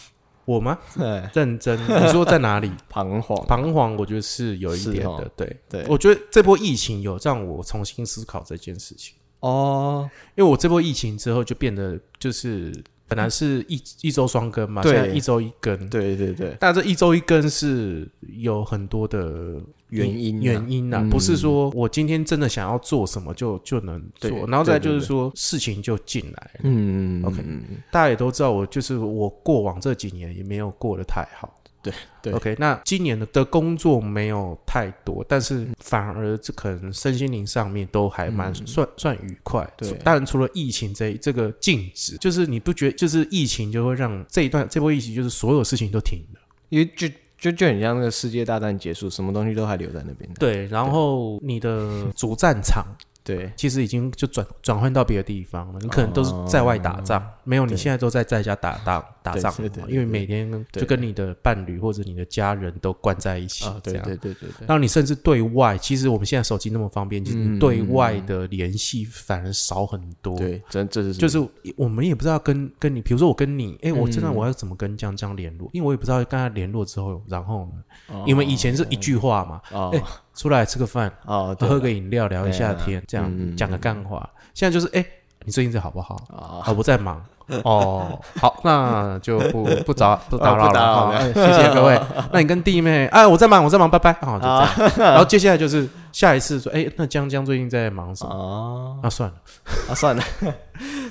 [SPEAKER 2] 我吗？
[SPEAKER 1] 对，
[SPEAKER 2] 认真？你说在哪里？
[SPEAKER 1] 彷徨。
[SPEAKER 2] 彷徨，我觉得是有一
[SPEAKER 1] 是
[SPEAKER 2] 点
[SPEAKER 1] 哦
[SPEAKER 2] 的。对，
[SPEAKER 1] 对，
[SPEAKER 2] 我觉得这波疫情有让我重新思考这件事情，
[SPEAKER 1] 哦，
[SPEAKER 2] 因为我这波疫情之后就变得就是本来是一一周双更嘛，
[SPEAKER 1] 对
[SPEAKER 2] 现在一周一更。
[SPEAKER 1] 对对对，
[SPEAKER 2] 但这一周一更是有很多的
[SPEAKER 1] 原因啊
[SPEAKER 2] 原因呐、
[SPEAKER 1] 嗯
[SPEAKER 2] 不是说我今天真的想要做什么就就能做
[SPEAKER 1] 对，
[SPEAKER 2] 然后再
[SPEAKER 1] 对
[SPEAKER 2] 就
[SPEAKER 1] 对
[SPEAKER 2] 是说事情就进来了。
[SPEAKER 1] 嗯
[SPEAKER 2] OK
[SPEAKER 1] 嗯
[SPEAKER 2] 大家也都知道，我就是我过往这几年也没有过得太好。
[SPEAKER 1] 对对
[SPEAKER 2] ，OK，那今年的的工作没有太多，但是反而这可能身心灵上面都还蛮算、算愉快。
[SPEAKER 1] 对
[SPEAKER 2] 当然除了疫情这这个禁止，就是你不觉就是疫情就会让这一段这波疫情就是所有事情都停了。
[SPEAKER 1] 因为就就就很像那个世界大战结束，什么东西都还留在那边。
[SPEAKER 2] 对，然后你的主战场
[SPEAKER 1] 对，
[SPEAKER 2] 其实已经就转转换到别的地方了，你可能都是在外打仗，没有你
[SPEAKER 1] 哦对
[SPEAKER 2] 现在都在在家打打打仗
[SPEAKER 1] 对对对，对
[SPEAKER 2] 因为每天就跟你的伴侣或者你的家人都关在一起
[SPEAKER 1] 啊，，
[SPEAKER 2] 这
[SPEAKER 1] 对
[SPEAKER 2] 样。
[SPEAKER 1] 对对对对
[SPEAKER 2] 然，后你甚至对外，其实我们现在手机那么方便，其实
[SPEAKER 1] 嗯
[SPEAKER 2] 你对外的联系反而少很多。
[SPEAKER 1] 对，真这是
[SPEAKER 2] 就是我们也不知道跟跟你，比如说我跟你，哎，我真的
[SPEAKER 1] 嗯
[SPEAKER 2] 我要怎么跟江江联络？因为我也不知道跟他联络之后，然后呢，
[SPEAKER 1] 哦
[SPEAKER 2] 因为以前是一句话嘛，
[SPEAKER 1] 哦
[SPEAKER 2] 哎出来吃个饭，
[SPEAKER 1] 哦，对
[SPEAKER 2] 喝个饮料，聊一下
[SPEAKER 1] 对啊
[SPEAKER 2] 天，这
[SPEAKER 1] 嗯
[SPEAKER 2] 样讲个干话。现在就是，哎，你最近这好不好？
[SPEAKER 1] 啊，
[SPEAKER 2] 啊，我 在忙。哦，好，那就不不打 不打扰
[SPEAKER 1] 不打
[SPEAKER 2] 了，
[SPEAKER 1] 扰
[SPEAKER 2] 好
[SPEAKER 1] 了
[SPEAKER 2] 哎谢谢 各位。那你跟弟妹，哎，我在忙，我在忙，拜拜。好，就这样。然后接下来就是下一次说，哎，那江江最近在忙什么？
[SPEAKER 1] 哦，
[SPEAKER 2] 那算了，
[SPEAKER 1] 啊，算了，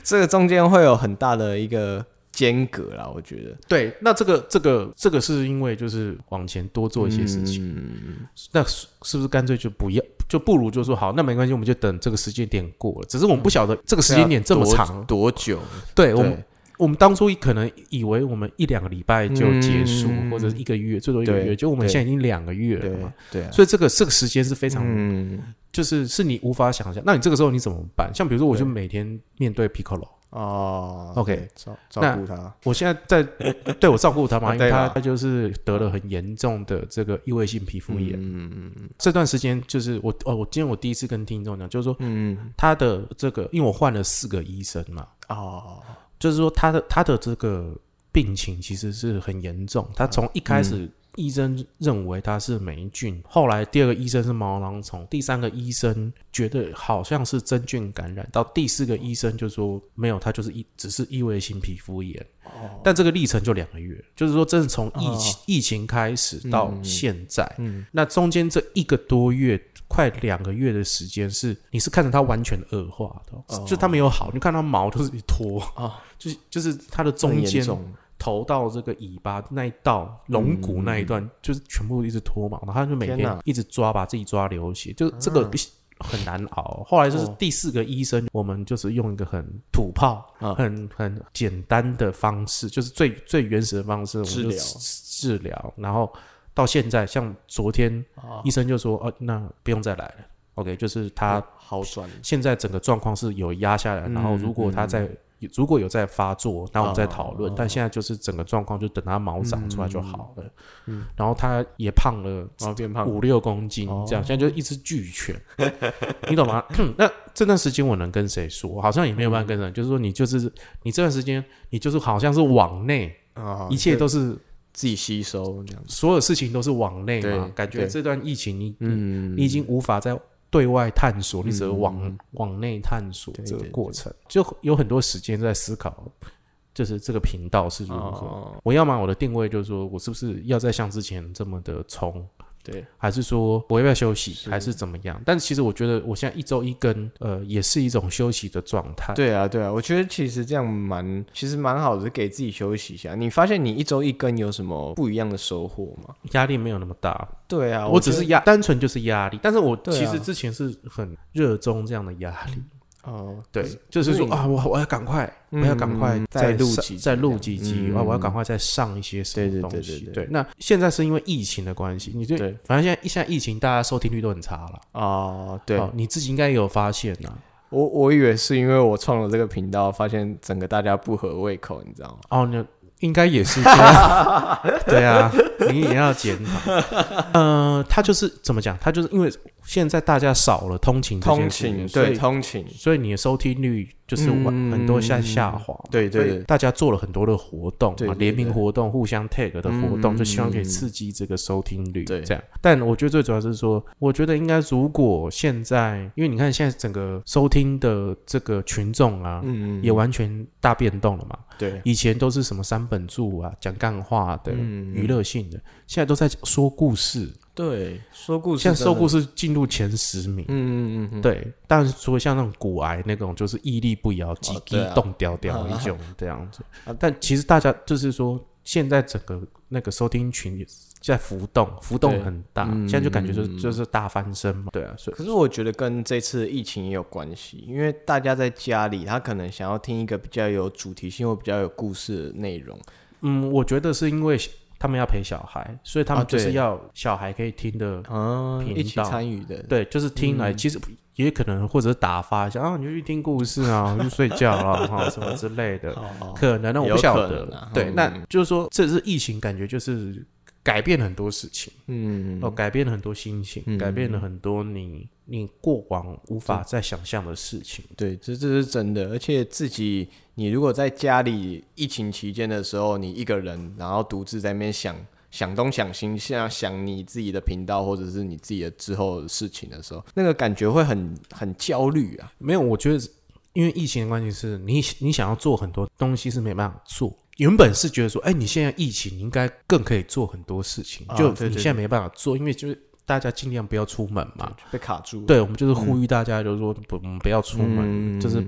[SPEAKER 1] 这个中间会有很大的一个间隔啦，我觉得
[SPEAKER 2] 对，那这个这个这个是因为就是往前多做一些事
[SPEAKER 1] 嗯
[SPEAKER 2] 情，
[SPEAKER 1] 情，
[SPEAKER 2] 那是是不是干脆就不要，就不如就说好，那没关系，我们就等这个时间点过了。只是我们不晓得这个时间点这么长，
[SPEAKER 1] 嗯啊多久？
[SPEAKER 2] 对
[SPEAKER 1] 对
[SPEAKER 2] 我们。我们当初可能以为我们一两个礼拜就结束，
[SPEAKER 1] 嗯
[SPEAKER 2] 或者是一个月，最多一个
[SPEAKER 1] 对
[SPEAKER 2] 月。就我们
[SPEAKER 1] 对
[SPEAKER 2] 现在已经两个月了
[SPEAKER 1] 对
[SPEAKER 2] 嘛，
[SPEAKER 1] 对啊，
[SPEAKER 2] 所以这个这个时间是非常，
[SPEAKER 1] 嗯，
[SPEAKER 2] 就是是你无法想象。那你这个时候你怎么办？像比如说，我就
[SPEAKER 1] 对
[SPEAKER 2] 每天面对 Piccolo，
[SPEAKER 1] 哦
[SPEAKER 2] OK，
[SPEAKER 1] 对照照
[SPEAKER 2] 那
[SPEAKER 1] 顾他，
[SPEAKER 2] 我现 在在对我照顾他嘛，
[SPEAKER 1] 啊
[SPEAKER 2] 因为
[SPEAKER 1] 对
[SPEAKER 2] 他
[SPEAKER 1] 啦
[SPEAKER 2] 他就是得了很严重的这个异位性皮肤炎。
[SPEAKER 1] 嗯
[SPEAKER 2] 这段时间就是我哦，我今天我第一次跟听众讲，就是说
[SPEAKER 1] 嗯，
[SPEAKER 2] 他的这个，因为我换了四个医生嘛，
[SPEAKER 1] 哦，
[SPEAKER 2] 就是说他的他的这个病情其实是很严重。他从一开始
[SPEAKER 1] 嗯
[SPEAKER 2] 医生认为他是霉菌，后来第二个医生是毛囊虫，第三个医生觉得好像是真菌感染，到第四个医生就说没有，他就是一只是异位性皮肤炎。
[SPEAKER 1] 哦，
[SPEAKER 2] 但这个历程就两个月，就是说真的从疫情、
[SPEAKER 1] 哦
[SPEAKER 2] 疫情开始到现在，
[SPEAKER 1] 嗯
[SPEAKER 2] 那中间这一个多月，快两个月的时间是，你是看着它完全恶化的哦，
[SPEAKER 1] 哦
[SPEAKER 2] 就它没有好，你看它毛都是一坨，
[SPEAKER 1] 哦
[SPEAKER 2] 就是就是它的
[SPEAKER 1] 很
[SPEAKER 2] 中
[SPEAKER 1] 严
[SPEAKER 2] 间
[SPEAKER 1] 重
[SPEAKER 2] 头到这个尾巴那一道龙骨那一段，就是全部一直脱毛，然后它就
[SPEAKER 1] 嗯
[SPEAKER 2] 每
[SPEAKER 1] 天
[SPEAKER 2] 天
[SPEAKER 1] 哪
[SPEAKER 2] 一直抓，把自己抓流血，就这个。很难熬。后来就是
[SPEAKER 1] 哦
[SPEAKER 2] 第四个医生，我们就是用一个很土炮、
[SPEAKER 1] 啊
[SPEAKER 2] 很很简单的方式，就是最最原始的方式，我们
[SPEAKER 1] 治
[SPEAKER 2] 就
[SPEAKER 1] 疗
[SPEAKER 2] 治疗，然后到现在，像昨天、
[SPEAKER 1] 哦
[SPEAKER 2] 医生就说，哦，那不用再来了。OK，就是他
[SPEAKER 1] 好转，
[SPEAKER 2] 现在整个状况是有压下来，
[SPEAKER 1] 嗯
[SPEAKER 2] 然后如果他在、如果有在发作，那我们再讨论。
[SPEAKER 1] 哦
[SPEAKER 2] 但现在就是整个状况，就等他毛长出来就好了。然后他也胖了
[SPEAKER 1] 然后嗯变胖，
[SPEAKER 2] 五六公斤
[SPEAKER 1] 哦
[SPEAKER 2] 这样，现在就一只巨 犬，你懂吗？ 那这段时间我能跟谁说？好像也没有办法跟
[SPEAKER 1] 嗯
[SPEAKER 2] 人，就是说你就是你这段时间你就是好像是往内，
[SPEAKER 1] 啊，
[SPEAKER 2] 一切
[SPEAKER 1] 就
[SPEAKER 2] 都是
[SPEAKER 1] 自己吸收这样子，
[SPEAKER 2] 所有事情都是往内嘛
[SPEAKER 1] 对，
[SPEAKER 2] 感觉
[SPEAKER 1] 对
[SPEAKER 2] 这段疫情你
[SPEAKER 1] 嗯
[SPEAKER 2] 你已经无法再对外探索，你只能往、
[SPEAKER 1] 嗯
[SPEAKER 2] 往内探索
[SPEAKER 1] 对
[SPEAKER 2] 这个
[SPEAKER 1] 对
[SPEAKER 2] 过程，就有很多时间在思考，就是这个频道是如何。
[SPEAKER 1] 哦，
[SPEAKER 2] 我要么我的定位就是说我是不是要再像之前这么的冲，
[SPEAKER 1] 对，
[SPEAKER 2] 还是说我要不要休息，
[SPEAKER 1] 是
[SPEAKER 2] 还是怎么样？但其实我觉得我现在一周一更，呃，也是一种休息的状态。
[SPEAKER 1] 对啊，对啊，我觉得其实这样蛮，其实蛮好的，给自己休息一下。你发现你一周一更有什么不一样的收获吗？
[SPEAKER 2] 压力没有那么大，
[SPEAKER 1] 对啊，
[SPEAKER 2] 我只
[SPEAKER 1] 觉
[SPEAKER 2] 是压，单纯就是压力。但是我
[SPEAKER 1] 对啊
[SPEAKER 2] 其实之前是很热衷这样的压力。
[SPEAKER 1] 得哦，
[SPEAKER 2] 对，就是说
[SPEAKER 1] 对
[SPEAKER 2] 啊，我我要赶快，我
[SPEAKER 1] 嗯
[SPEAKER 2] 要赶快
[SPEAKER 1] 嗯再
[SPEAKER 2] 再
[SPEAKER 1] 录
[SPEAKER 2] 上
[SPEAKER 1] 几集
[SPEAKER 2] 再
[SPEAKER 1] 这
[SPEAKER 2] 录
[SPEAKER 1] 样
[SPEAKER 2] 几集
[SPEAKER 1] 嗯
[SPEAKER 2] 啊，我要赶快再上一些什
[SPEAKER 1] 对
[SPEAKER 2] 么
[SPEAKER 1] 对
[SPEAKER 2] 东
[SPEAKER 1] 对对
[SPEAKER 2] 西。
[SPEAKER 1] 对
[SPEAKER 2] 对，那现在是因为疫情的关系，你就
[SPEAKER 1] 对
[SPEAKER 2] 反正现在一现在疫情，大家收听率都很差了。
[SPEAKER 1] 哦，对，
[SPEAKER 2] 哦你自己应该也有发现呐。
[SPEAKER 1] 我我以为是因为我创了这个频道，发现整个大家不合胃口，你知道吗？
[SPEAKER 2] 哦，你应该也是这样。 对啊，你也要检讨。呃，他就是怎么讲？他就是因为现在大家少了通勤这件
[SPEAKER 1] 通
[SPEAKER 2] 事情，
[SPEAKER 1] 勤，
[SPEAKER 2] 所
[SPEAKER 1] 对，
[SPEAKER 2] 以
[SPEAKER 1] 通勤，
[SPEAKER 2] 所以你的收听率就是往
[SPEAKER 1] 嗯
[SPEAKER 2] 很多下下滑。
[SPEAKER 1] 对对
[SPEAKER 2] 所以
[SPEAKER 1] 对
[SPEAKER 2] 大家做了很多的活动
[SPEAKER 1] 对
[SPEAKER 2] 嘛
[SPEAKER 1] 对，对
[SPEAKER 2] 联名活动、互相 tag 的活动，
[SPEAKER 1] 嗯
[SPEAKER 2] 就希望可以刺激这个收听率，
[SPEAKER 1] 对
[SPEAKER 2] 这样。但我觉得最主要是说，我觉得应该如果现在，因为你看现在整个收听的这个群众啊，
[SPEAKER 1] 嗯，
[SPEAKER 2] 也完全大变动了嘛。
[SPEAKER 1] 对，
[SPEAKER 2] 以前都是什么三本柱啊，讲干话的、
[SPEAKER 1] 嗯
[SPEAKER 2] 娱乐性的，现在都在说故事。
[SPEAKER 1] 对，说故事，
[SPEAKER 2] 现在说故
[SPEAKER 1] 事，
[SPEAKER 2] 事进入前十名，
[SPEAKER 1] 嗯嗯嗯嗯，
[SPEAKER 2] 对，但是除了像那种骨癌那种，就是屹立不摇、几
[SPEAKER 1] 对
[SPEAKER 2] 滴
[SPEAKER 1] 啊
[SPEAKER 2] 动屌屌一种这样子
[SPEAKER 1] 啊。
[SPEAKER 2] 但其实大家就是说，现在整个那个收听群也在浮动，浮动
[SPEAKER 1] 对
[SPEAKER 2] 很大，
[SPEAKER 1] 嗯
[SPEAKER 2] 现在就感觉就是就是大翻身嘛。对啊，所以
[SPEAKER 1] 可是我觉得跟这次疫情也有关系，因为大家在家里，他可能想要听一个比较有主题性或比较有故事的内容。
[SPEAKER 2] 嗯，我觉得是因为他们要陪小孩，所以他
[SPEAKER 1] 啊
[SPEAKER 2] 们就是
[SPEAKER 1] 对
[SPEAKER 2] 要小孩可以听的，
[SPEAKER 1] 啊，嗯
[SPEAKER 2] 频道
[SPEAKER 1] 一起参与的，
[SPEAKER 2] 对，就是听来其实。也可能或者是打发一下啊，你就去听故事啊，去睡觉啊，哈什么之类的。
[SPEAKER 1] 哦，哦
[SPEAKER 2] 可能呢，我
[SPEAKER 1] 有
[SPEAKER 2] 不晓
[SPEAKER 1] 可
[SPEAKER 2] 得。
[SPEAKER 1] 能啊
[SPEAKER 2] 对，
[SPEAKER 1] 嗯
[SPEAKER 2] 那就是说，这次疫情感觉就是改变了很多事情，
[SPEAKER 1] 嗯，
[SPEAKER 2] 哦，改变了很多心情，
[SPEAKER 1] 嗯
[SPEAKER 2] 改变了很多你你过往无法再想象的事情。
[SPEAKER 1] 对，这这是真的。而且自己，你如果在家里疫情期间的时候，你一个人，然后独自在那边想想东想西，像想你自己的频道或者是你自己的之后的事情的时候，那个感觉会很很焦虑啊。
[SPEAKER 2] 没有，我觉得因为疫情的关系是，你你想要做很多东西是没办法做。原本是觉得说，哎，你现在疫情，你应该更可以做很多事情，
[SPEAKER 1] 啊
[SPEAKER 2] 就
[SPEAKER 1] 对对
[SPEAKER 2] 你现在没办法做，因为就是大家尽量不要出门嘛。
[SPEAKER 1] 被卡住了。
[SPEAKER 2] 对，我们就是呼吁大家，就是说不，我们不要出门，
[SPEAKER 1] 嗯
[SPEAKER 2] 就是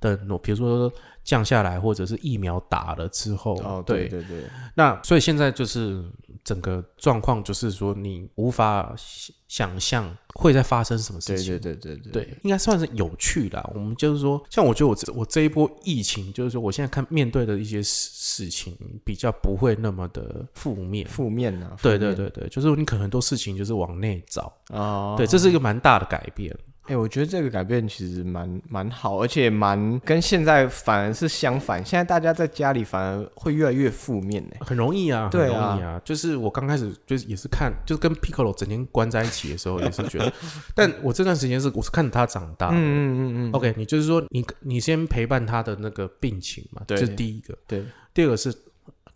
[SPEAKER 2] 等，比如说降下来，或者是疫苗打了之后，
[SPEAKER 1] 哦，对
[SPEAKER 2] 对，
[SPEAKER 1] 对对，
[SPEAKER 2] 那所以现在就是整个状况，就是说你无法想想象会在发生什么事
[SPEAKER 1] 对
[SPEAKER 2] 情。
[SPEAKER 1] 对对对对
[SPEAKER 2] 对，应该算是有趣啦。我们就是说，像我觉得我这我这一波疫情，就是说我现在看面对的一些事事情，比较不会那么的负面。
[SPEAKER 1] 负面啊，
[SPEAKER 2] 对对对对，就是你可能很多事情就是往内找，
[SPEAKER 1] 啊，
[SPEAKER 2] 对，这是一个蛮大的改变。
[SPEAKER 1] 哎、我觉得这个改变其实蛮蛮好，而且蛮跟现在反而是相反，现在大家在家里反而会越来越负面呢、
[SPEAKER 2] 很容易啊，很
[SPEAKER 1] 对
[SPEAKER 2] 容
[SPEAKER 1] 啊
[SPEAKER 2] 易啊。就是我刚开始就是也是看，就是跟 Piccolo 整天关在一起的时候，也是觉得， 但我这段时间是我是看着他长大。
[SPEAKER 1] 嗯嗯嗯嗯，
[SPEAKER 2] OK，你就是说你你先陪伴他的那个病情嘛，这
[SPEAKER 1] 对
[SPEAKER 2] 是第一个。
[SPEAKER 1] 对，
[SPEAKER 2] 第二个是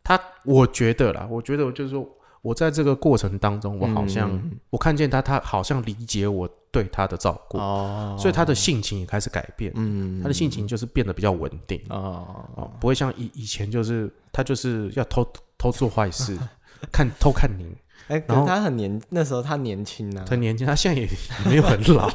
[SPEAKER 2] 他，我觉得啦，我觉得我就是说我在这个过程当中，我好
[SPEAKER 1] 嗯
[SPEAKER 2] 像、我看见他，他好像理解我对他的照顾，
[SPEAKER 1] 哦，
[SPEAKER 2] 所以他的性情也开始改变，
[SPEAKER 1] 嗯
[SPEAKER 2] 他的性情就是变得比较稳定。
[SPEAKER 1] 哦，
[SPEAKER 2] 哦，不会像以以前就是他就是要偷偷做 坏事，看偷看你。
[SPEAKER 1] 哎、可
[SPEAKER 2] 然后
[SPEAKER 1] 是他很年那时候他年轻啊，
[SPEAKER 2] 他年轻，他现在也也没有很 老，好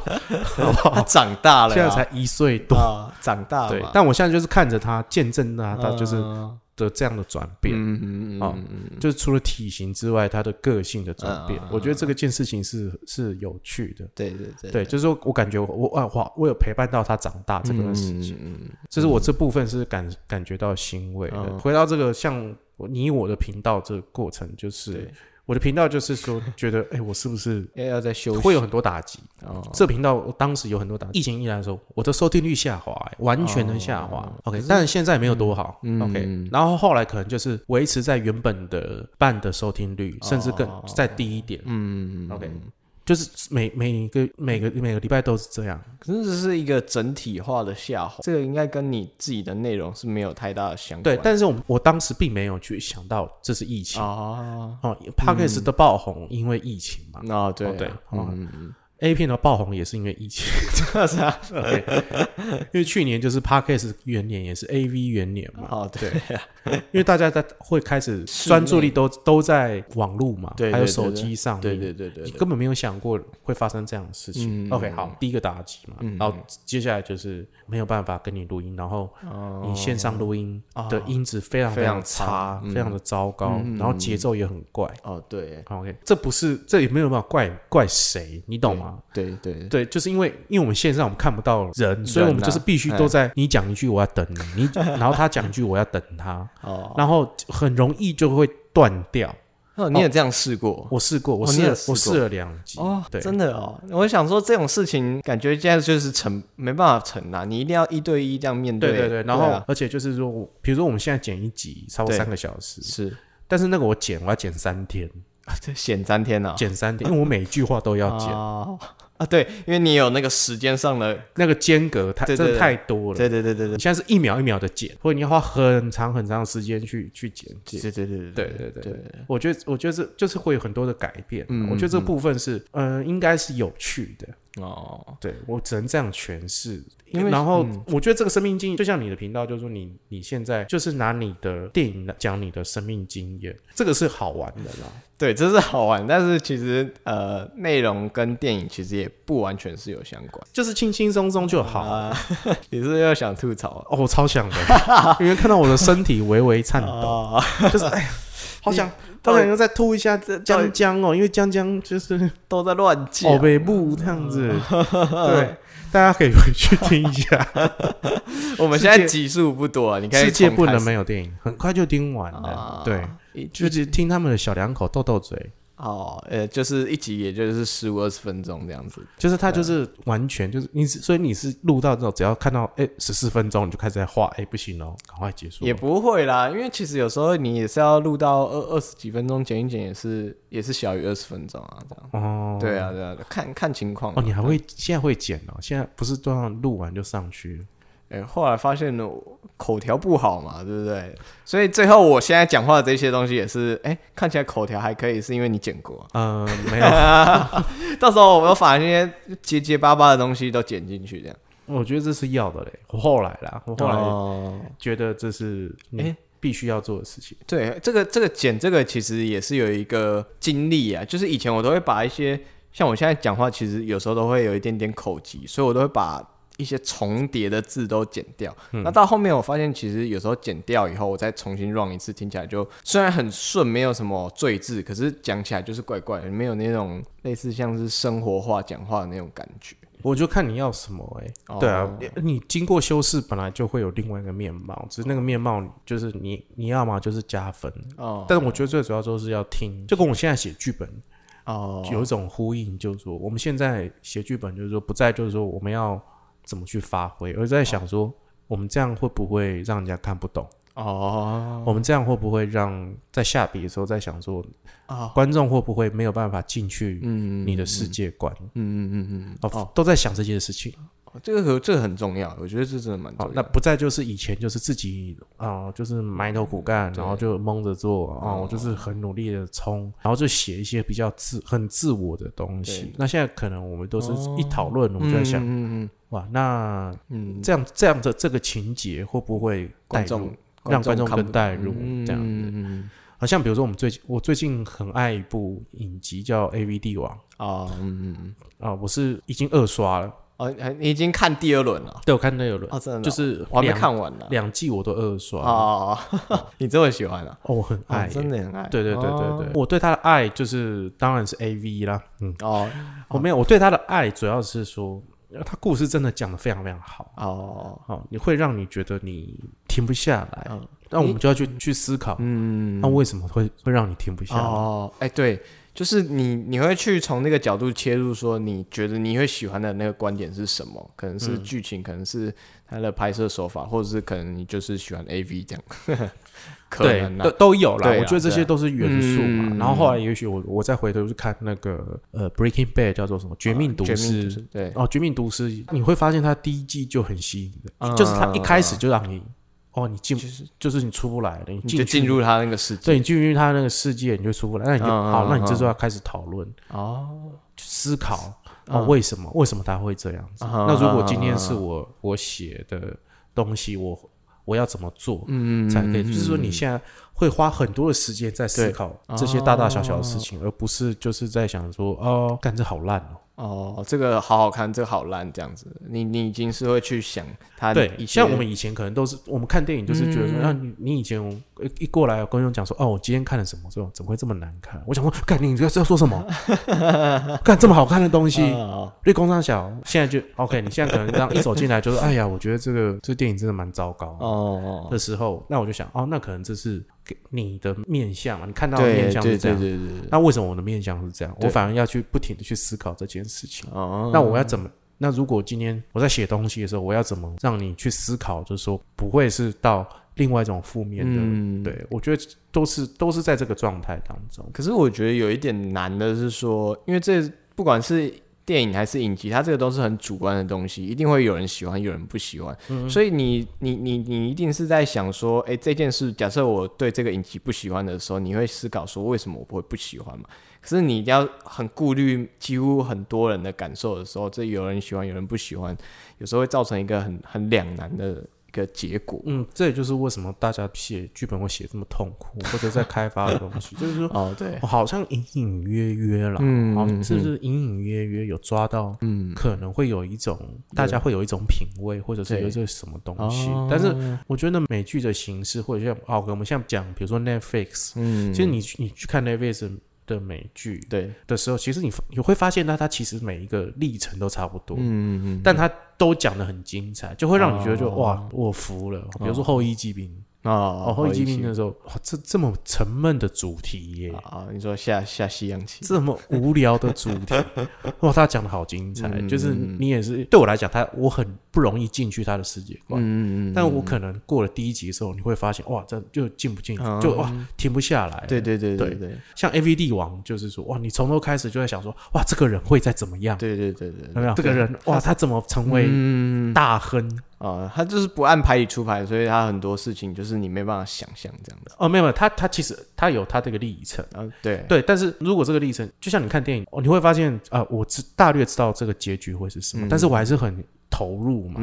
[SPEAKER 1] 他
[SPEAKER 2] 不好？
[SPEAKER 1] 长大了啊、
[SPEAKER 2] 现在才一岁多。
[SPEAKER 1] 啊，长大了
[SPEAKER 2] 对
[SPEAKER 1] 嘛，，
[SPEAKER 2] 但我现在就是看着他，见证他，他就是
[SPEAKER 1] 嗯
[SPEAKER 2] 的这样的转变，
[SPEAKER 1] 嗯嗯嗯
[SPEAKER 2] 啊
[SPEAKER 1] 嗯嗯
[SPEAKER 2] 就是除了体型之外，他的个性的转变，
[SPEAKER 1] 嗯嗯嗯
[SPEAKER 2] 我觉得这个件事情是是有趣的。
[SPEAKER 1] 对对对
[SPEAKER 2] 对，，就是说我感觉我我啊哇，我有陪伴到他长大这个事情，
[SPEAKER 1] 嗯嗯
[SPEAKER 2] 这是我这部分是感感觉到欣慰的。
[SPEAKER 1] 嗯
[SPEAKER 2] 回到这个像我你我的频道这个过程，就是
[SPEAKER 1] 对
[SPEAKER 2] 我的频道就是说，觉得哎、我是不是
[SPEAKER 1] 要要再休息，
[SPEAKER 2] 会有很多打击？
[SPEAKER 1] 哦
[SPEAKER 2] 这频道我当时有很多打击，疫情一来的时候，我的收听率下滑、哎完全的下滑。OK，但是现在没有多好。
[SPEAKER 1] 哦嗯
[SPEAKER 2] OK，然后后来可能就是维持在原本的半的收听率，甚至更
[SPEAKER 1] 哦
[SPEAKER 2] 再低一点。
[SPEAKER 1] 嗯嗯嗯
[SPEAKER 2] OK，就是每每个每个每个礼拜都是这样。
[SPEAKER 1] 可是这是一个整体化的下滑，这个应该跟你自己的内容是没有太大的相
[SPEAKER 2] 对
[SPEAKER 1] 关。，
[SPEAKER 2] 但是我们我当时并没有去想到这是疫情。
[SPEAKER 1] 啊，
[SPEAKER 2] 哦 p o d c a s 的爆红因为疫情嘛、
[SPEAKER 1] 那对
[SPEAKER 2] 哦对
[SPEAKER 1] 啊
[SPEAKER 2] 哦
[SPEAKER 1] 嗯嗯
[SPEAKER 2] a 片的爆红也是因为疫 情，
[SPEAKER 1] 嗯，是啊，
[SPEAKER 2] 对因为去年就是 p o d c a s 元年，也是 AV 元年 嘛，
[SPEAKER 1] 哦对，
[SPEAKER 2] 因为大家在会开始专注力都都在网络嘛，
[SPEAKER 1] 对对
[SPEAKER 2] 还有手机上面，
[SPEAKER 1] 哦对对对对
[SPEAKER 2] 你
[SPEAKER 1] 对，
[SPEAKER 2] 根本没有想过会发生这样的事情。
[SPEAKER 1] 嗯
[SPEAKER 2] OK，好，第一个打击嘛，然后接下来就是没有办法跟你录音，然后你线上录音的音质非常
[SPEAKER 1] 哦啊非
[SPEAKER 2] 常
[SPEAKER 1] 常
[SPEAKER 2] 差，
[SPEAKER 1] 嗯
[SPEAKER 2] 非常的糟糕，然后节奏也很怪。
[SPEAKER 1] 哦对
[SPEAKER 2] OK，这不是这也没有办法怪怪谁，你懂吗？
[SPEAKER 1] 对对，
[SPEAKER 2] 对，就是因为因为我们线上我们看不到人，所
[SPEAKER 1] 嗯人啊
[SPEAKER 2] 以
[SPEAKER 1] 哎
[SPEAKER 2] 我们就是必须都在你讲一句我要等 你，你然后他讲一句我要等他，
[SPEAKER 1] 哦
[SPEAKER 2] 然后很容易就会断掉。
[SPEAKER 1] 哦你也这样试过
[SPEAKER 2] 我试过，我
[SPEAKER 1] 哦
[SPEAKER 2] 试
[SPEAKER 1] 你也
[SPEAKER 2] 了
[SPEAKER 1] 试
[SPEAKER 2] 我
[SPEAKER 1] 过
[SPEAKER 2] 试了两集
[SPEAKER 1] 哦，，
[SPEAKER 2] 对，
[SPEAKER 1] 真的哦，我想说这种事情感觉现在就是成没办法成啊，你一定要一对一这样面
[SPEAKER 2] 对
[SPEAKER 1] 对
[SPEAKER 2] 对对，然后
[SPEAKER 1] 啊
[SPEAKER 2] 而且就是说我，比如说我们现在剪一集超过
[SPEAKER 1] 对
[SPEAKER 2] 三个小时，
[SPEAKER 1] 是
[SPEAKER 2] 但是那个我剪我要剪三天，
[SPEAKER 1] 这显三天啊，
[SPEAKER 2] 剪三天，因为我每一句话都要剪，
[SPEAKER 1] 哦啊对，因为你有那个时间上的，
[SPEAKER 2] 那个间隔太
[SPEAKER 1] 对
[SPEAKER 2] 真
[SPEAKER 1] 对
[SPEAKER 2] 的
[SPEAKER 1] 对
[SPEAKER 2] 太多了。
[SPEAKER 1] 对对对对对
[SPEAKER 2] 你现在是一秒一秒的剪，或者你要花很长很长的时间去去剪
[SPEAKER 1] 对对
[SPEAKER 2] 剪。
[SPEAKER 1] 对对
[SPEAKER 2] 对对对
[SPEAKER 1] 对
[SPEAKER 2] 我觉得，我觉得这就是会有很多的改变。
[SPEAKER 1] 嗯
[SPEAKER 2] 我觉得这部分是，呃，应该是有趣的。
[SPEAKER 1] 哦。
[SPEAKER 2] 对我只能这样诠释。
[SPEAKER 1] 因为嗯
[SPEAKER 2] 然后、我觉得这个生命经验，就像你的频道，就是说你你现在就是拿你的电影来讲你的生命经验，这个是好玩的啦。
[SPEAKER 1] 对，这是好玩，但是其实呃，内容跟电影其实也不完全是有相关。
[SPEAKER 2] 就是轻轻松松就好。
[SPEAKER 1] 啊， 你是不是又想吐槽
[SPEAKER 2] 哦，我超想的， 因为看到我的身体微微颤 抖，
[SPEAKER 1] 哦，
[SPEAKER 2] 就是哎呀，好想，好
[SPEAKER 1] 到底
[SPEAKER 2] 想又再吐一下这
[SPEAKER 1] 到底
[SPEAKER 2] 江江哦，因为江江就是
[SPEAKER 1] 都在乱
[SPEAKER 2] 哦
[SPEAKER 1] 讲。
[SPEAKER 2] 北部这样子，
[SPEAKER 1] 嗯
[SPEAKER 2] 对，大家可以回去听一下。
[SPEAKER 1] 我们现在集数不多啊， 你可以
[SPEAKER 2] 世界
[SPEAKER 1] 从
[SPEAKER 2] 不
[SPEAKER 1] 开
[SPEAKER 2] 能
[SPEAKER 1] 始
[SPEAKER 2] 没有电影，很快就听完了
[SPEAKER 1] 啊，，
[SPEAKER 2] 对，
[SPEAKER 1] 一
[SPEAKER 2] 就是听他们的小两口斗斗嘴。
[SPEAKER 1] 哦，呃，就是一集也就是十五二十分钟这样子。
[SPEAKER 2] 就是他就是完全就是你是，所以你是录到这种，只要看到哎十四分钟，你就开始在画，哎、不行哦，赶快结束。
[SPEAKER 1] 也不会啦，因为其实有时候你也是要录到二二十几分钟，剪一剪也是也是小于二十分钟啊，这样。
[SPEAKER 2] 哦，
[SPEAKER 1] 对啊，对啊，看看情况啊。
[SPEAKER 2] 哦，你还会现在会剪哦，现在不是都要录完就上去？
[SPEAKER 1] 哎、后来发现我口条不好嘛，对不对？所以最后我现在讲话的这些东西也是，哎、看起来口条还可以，是因为你剪过。啊
[SPEAKER 2] 呃，没有，
[SPEAKER 1] 到时候我们把那些结结巴巴的东西都剪进去，这样。
[SPEAKER 2] 我觉得这是要的嘞。我后来啦，我后来
[SPEAKER 1] 哦，
[SPEAKER 2] 觉得这是你
[SPEAKER 1] 诶
[SPEAKER 2] 必须要做的事情。
[SPEAKER 1] 对，这个这个剪这个其实也是有一个经历啊，就是以前我都会把一些像我现在讲话，其实有时候都会有一点点口疾，所以我都会把一些重叠的字都剪掉。
[SPEAKER 2] 嗯
[SPEAKER 1] 那到后面我发现，其实有时候剪掉以后，我再重新 run 一次，听起来就虽然很顺，没有什么赘字，可是讲起来就是怪怪的，没有那种类似像是生活化讲话的那种感觉。
[SPEAKER 2] 我就看你要什么哎、
[SPEAKER 1] 哦
[SPEAKER 2] 对啊，你经过修饰本来就会有另外一个面貌，只是那个面貌就是你你要嘛就是加分，
[SPEAKER 1] 哦
[SPEAKER 2] 但是我觉得最主要就是要听，就跟我现在写剧本
[SPEAKER 1] 哦，
[SPEAKER 2] 有一种呼应，就是说我们现在写剧本就是说不再就是说我们要怎么去发挥，而在想说我们这样会不会让人家看不懂，
[SPEAKER 1] 哦
[SPEAKER 2] 我们这样会不会让在下笔的时候在想说
[SPEAKER 1] 哦，
[SPEAKER 2] 观众会不会没有办法进去
[SPEAKER 1] 嗯，
[SPEAKER 2] 你的世界观，
[SPEAKER 1] 嗯嗯嗯嗯，
[SPEAKER 2] 哦，都在想这件事情。
[SPEAKER 1] 哦这个可这个很重要，我觉得这真的蛮重
[SPEAKER 2] 好
[SPEAKER 1] 要，的。
[SPEAKER 2] 那不再就是以前就是自己啊、呃就是埋头苦干，然后就蒙着做啊、
[SPEAKER 1] 哦
[SPEAKER 2] 我就是很努力的冲，然后就写一些比较自很自我的东西
[SPEAKER 1] 对。哦
[SPEAKER 2] 那现在可能我们都是一讨论，我们就在想，
[SPEAKER 1] 嗯嗯
[SPEAKER 2] 哇，那
[SPEAKER 1] 嗯，嗯
[SPEAKER 2] 这样这样的这个情节会不会
[SPEAKER 1] 观
[SPEAKER 2] 带入
[SPEAKER 1] 众，
[SPEAKER 2] 让观众
[SPEAKER 1] 看
[SPEAKER 2] 更
[SPEAKER 1] 不
[SPEAKER 2] 带入
[SPEAKER 1] 嗯
[SPEAKER 2] 这样子？
[SPEAKER 1] 嗯嗯
[SPEAKER 2] 好像比如说我们最近我最近很爱一部影集叫《A V 帝王》
[SPEAKER 1] 哦，嗯嗯嗯
[SPEAKER 2] 啊、我是已经二刷了，
[SPEAKER 1] 哦，还你已经看第二轮了，
[SPEAKER 2] 对我看那有轮，
[SPEAKER 1] 哦，真的哦，
[SPEAKER 2] 就是
[SPEAKER 1] 我还没
[SPEAKER 2] 两
[SPEAKER 1] 看完呢。
[SPEAKER 2] 两季我都二刷
[SPEAKER 1] 哦， 你这么喜欢啊？
[SPEAKER 2] 哦，我很爱
[SPEAKER 1] 哎，
[SPEAKER 2] 耶、
[SPEAKER 1] 真的很爱。
[SPEAKER 2] 对对对对对，我对他的爱就是当然是 A V 啦，嗯，
[SPEAKER 1] 哦
[SPEAKER 2] 我没有，我对他的爱主要是说，呃他故事真的讲的非常非常好，
[SPEAKER 1] 哦，
[SPEAKER 2] 好、你会让你觉得你停不下来，
[SPEAKER 1] 嗯
[SPEAKER 2] 那我们就要去去思考，
[SPEAKER 1] 嗯，
[SPEAKER 2] 那为什么会会让你停不下来？
[SPEAKER 1] 哦，哎，对，就是你你会去从那个角度切入，说你觉得你会喜欢的那个观点是什么？可能
[SPEAKER 2] 嗯
[SPEAKER 1] 是剧情，可能是它的拍摄手法，或者是可能你就是喜欢 A V 这样， 可
[SPEAKER 2] 对
[SPEAKER 1] 能，
[SPEAKER 2] 都
[SPEAKER 1] 啊，
[SPEAKER 2] 都有啦。
[SPEAKER 1] 对啊
[SPEAKER 2] 我觉得这
[SPEAKER 1] 对
[SPEAKER 2] 些
[SPEAKER 1] 啊
[SPEAKER 2] 都是元素嘛。
[SPEAKER 1] 嗯
[SPEAKER 2] 然后后来，也许我我再回头去看那个呃《Breaking Bad》叫做什么《绝命毒
[SPEAKER 1] 绝
[SPEAKER 2] 师》，
[SPEAKER 1] 对，
[SPEAKER 2] 哦，《绝命毒师》，你会发现它第一季就很吸引人，
[SPEAKER 1] 嗯
[SPEAKER 2] 就是它一开始就让你，哦，你进，就是你出不来了，你
[SPEAKER 1] 你就
[SPEAKER 2] 进去
[SPEAKER 1] 进，入他那个世界。
[SPEAKER 2] 对你进入它那个世界，你就出不来，那你就
[SPEAKER 1] 嗯嗯
[SPEAKER 2] 好，那你
[SPEAKER 1] 嗯
[SPEAKER 2] 这时候要开始讨论、
[SPEAKER 1] 哦，
[SPEAKER 2] 去思考，哦，为什么，为什么它会这样子？
[SPEAKER 1] 嗯
[SPEAKER 2] 那如果今天是我我写的东西，我我要怎么做？
[SPEAKER 1] 嗯
[SPEAKER 2] 才可以，就是说你现在会花很多的时间在思考这些大大小小的
[SPEAKER 1] 哦
[SPEAKER 2] 事情，而不是就是在想说哦，干这好烂哦，
[SPEAKER 1] 哦，这个好好看，这个好烂，这样子，你你已经是会去想他
[SPEAKER 2] 对，
[SPEAKER 1] 一些嗯
[SPEAKER 2] 像我们以前可能都是我们看电影，就是觉得说，啊，你你以前一一过来跟我讲说，哦，我今天看了什么，这种怎么会这么难看？我想说，干你这是要说什么？干这么好看的东西，
[SPEAKER 1] 哦
[SPEAKER 2] 绿工商小，现在就 OK。你现在可能这样一走进来就是，哎呀，我觉得这个这电影真的蛮糟糕
[SPEAKER 1] 哦哦，
[SPEAKER 2] 的时候，那我就想，哦，那可能这是给你的面相嘛，你看到的面
[SPEAKER 1] 对对
[SPEAKER 2] 相
[SPEAKER 1] 对
[SPEAKER 2] 是这
[SPEAKER 1] 对
[SPEAKER 2] 样。
[SPEAKER 1] 对对，
[SPEAKER 2] 那为什么我的面相是这样？我
[SPEAKER 1] 对
[SPEAKER 2] 反而要去不停的去思考这件事情。
[SPEAKER 1] 哦，
[SPEAKER 2] 那我要怎么？那如果今天我在写东西的时候，我要怎么让你去思考，就是说不会是到另外一种负面的？
[SPEAKER 1] 嗯，
[SPEAKER 2] 对，我觉得都是都是在这个状态当中。
[SPEAKER 1] 可是我觉得有一点难的是说，因为这不管是电影还是影集，它这个都是很主观的东西，一定会有人喜欢，有人不喜欢。
[SPEAKER 2] 嗯
[SPEAKER 1] 所以你你你你一定是在想说，哎、这件事，假设我对这个影集不喜欢的时候，你会思考说为什么我会不喜欢嘛？可是你一定要很顾虑几乎很多人的感受的时候，这有人喜欢，有人不喜欢，有时候会造成一个很很两难的一个结果。
[SPEAKER 2] 嗯，这也就是为什么大家写剧本会写这么痛苦，或者在开发的东西，就是说。
[SPEAKER 1] 哦，对，
[SPEAKER 2] 哦好像隐隐约约啦，
[SPEAKER 1] 嗯
[SPEAKER 2] 好，
[SPEAKER 1] 嗯
[SPEAKER 2] 是不是隐隐约约有抓到？
[SPEAKER 1] 嗯，
[SPEAKER 2] 可能会有一种大家会有一种品味，或者是
[SPEAKER 1] 对哦
[SPEAKER 2] 有一种什么东西。但是我觉得美剧的形式，或者像哦，我们像讲，比如说 Netflix，
[SPEAKER 1] 嗯，
[SPEAKER 2] 其实你去你去看 Netflix 的美剧
[SPEAKER 1] 对，
[SPEAKER 2] 的时候，其实你你会发现它它其实每一个历程都差不多，
[SPEAKER 1] 嗯嗯嗯，
[SPEAKER 2] 但它都讲的很精彩，就会让你觉得就、
[SPEAKER 1] 哦
[SPEAKER 2] 哇，我服了。比如说《后羿骑兵》
[SPEAKER 1] 哦
[SPEAKER 2] 哦，后羿骑兵》
[SPEAKER 1] 呢？
[SPEAKER 2] 的时候，哇，这这么沉闷的主题耶，
[SPEAKER 1] 啊，你说下下西洋棋，
[SPEAKER 2] 这么无聊的主 题，哇，他讲的好精彩，
[SPEAKER 1] 嗯
[SPEAKER 2] 就是你也是对我来讲，他我很不容易进去他的世界观。
[SPEAKER 1] 嗯
[SPEAKER 2] 但我可能过了第一集的时候，你会发现，哇，这就进不进，
[SPEAKER 1] 嗯
[SPEAKER 2] 就哇停不下来。
[SPEAKER 1] 对，对对对对
[SPEAKER 2] 像 A V 帝王就是说，哇，你从头开始就在想说，哇，这个人会再怎么样，
[SPEAKER 1] 对对对对
[SPEAKER 2] 有没
[SPEAKER 1] 对，
[SPEAKER 2] 有？这个人哇，他怎么成为
[SPEAKER 1] 嗯
[SPEAKER 2] 大亨？
[SPEAKER 1] 啊、他就是不按牌理出牌，所以他很多事情就是你没办法想象这样的。
[SPEAKER 2] 哦，没有没有，他他其实他有他这个历程。
[SPEAKER 1] 然后对，
[SPEAKER 2] 对，但是如果这个历程，就像你看电影，哦，你会发现啊、我知大略知道这个结局会是什
[SPEAKER 1] 嗯
[SPEAKER 2] 么，但是我还是很投入嘛，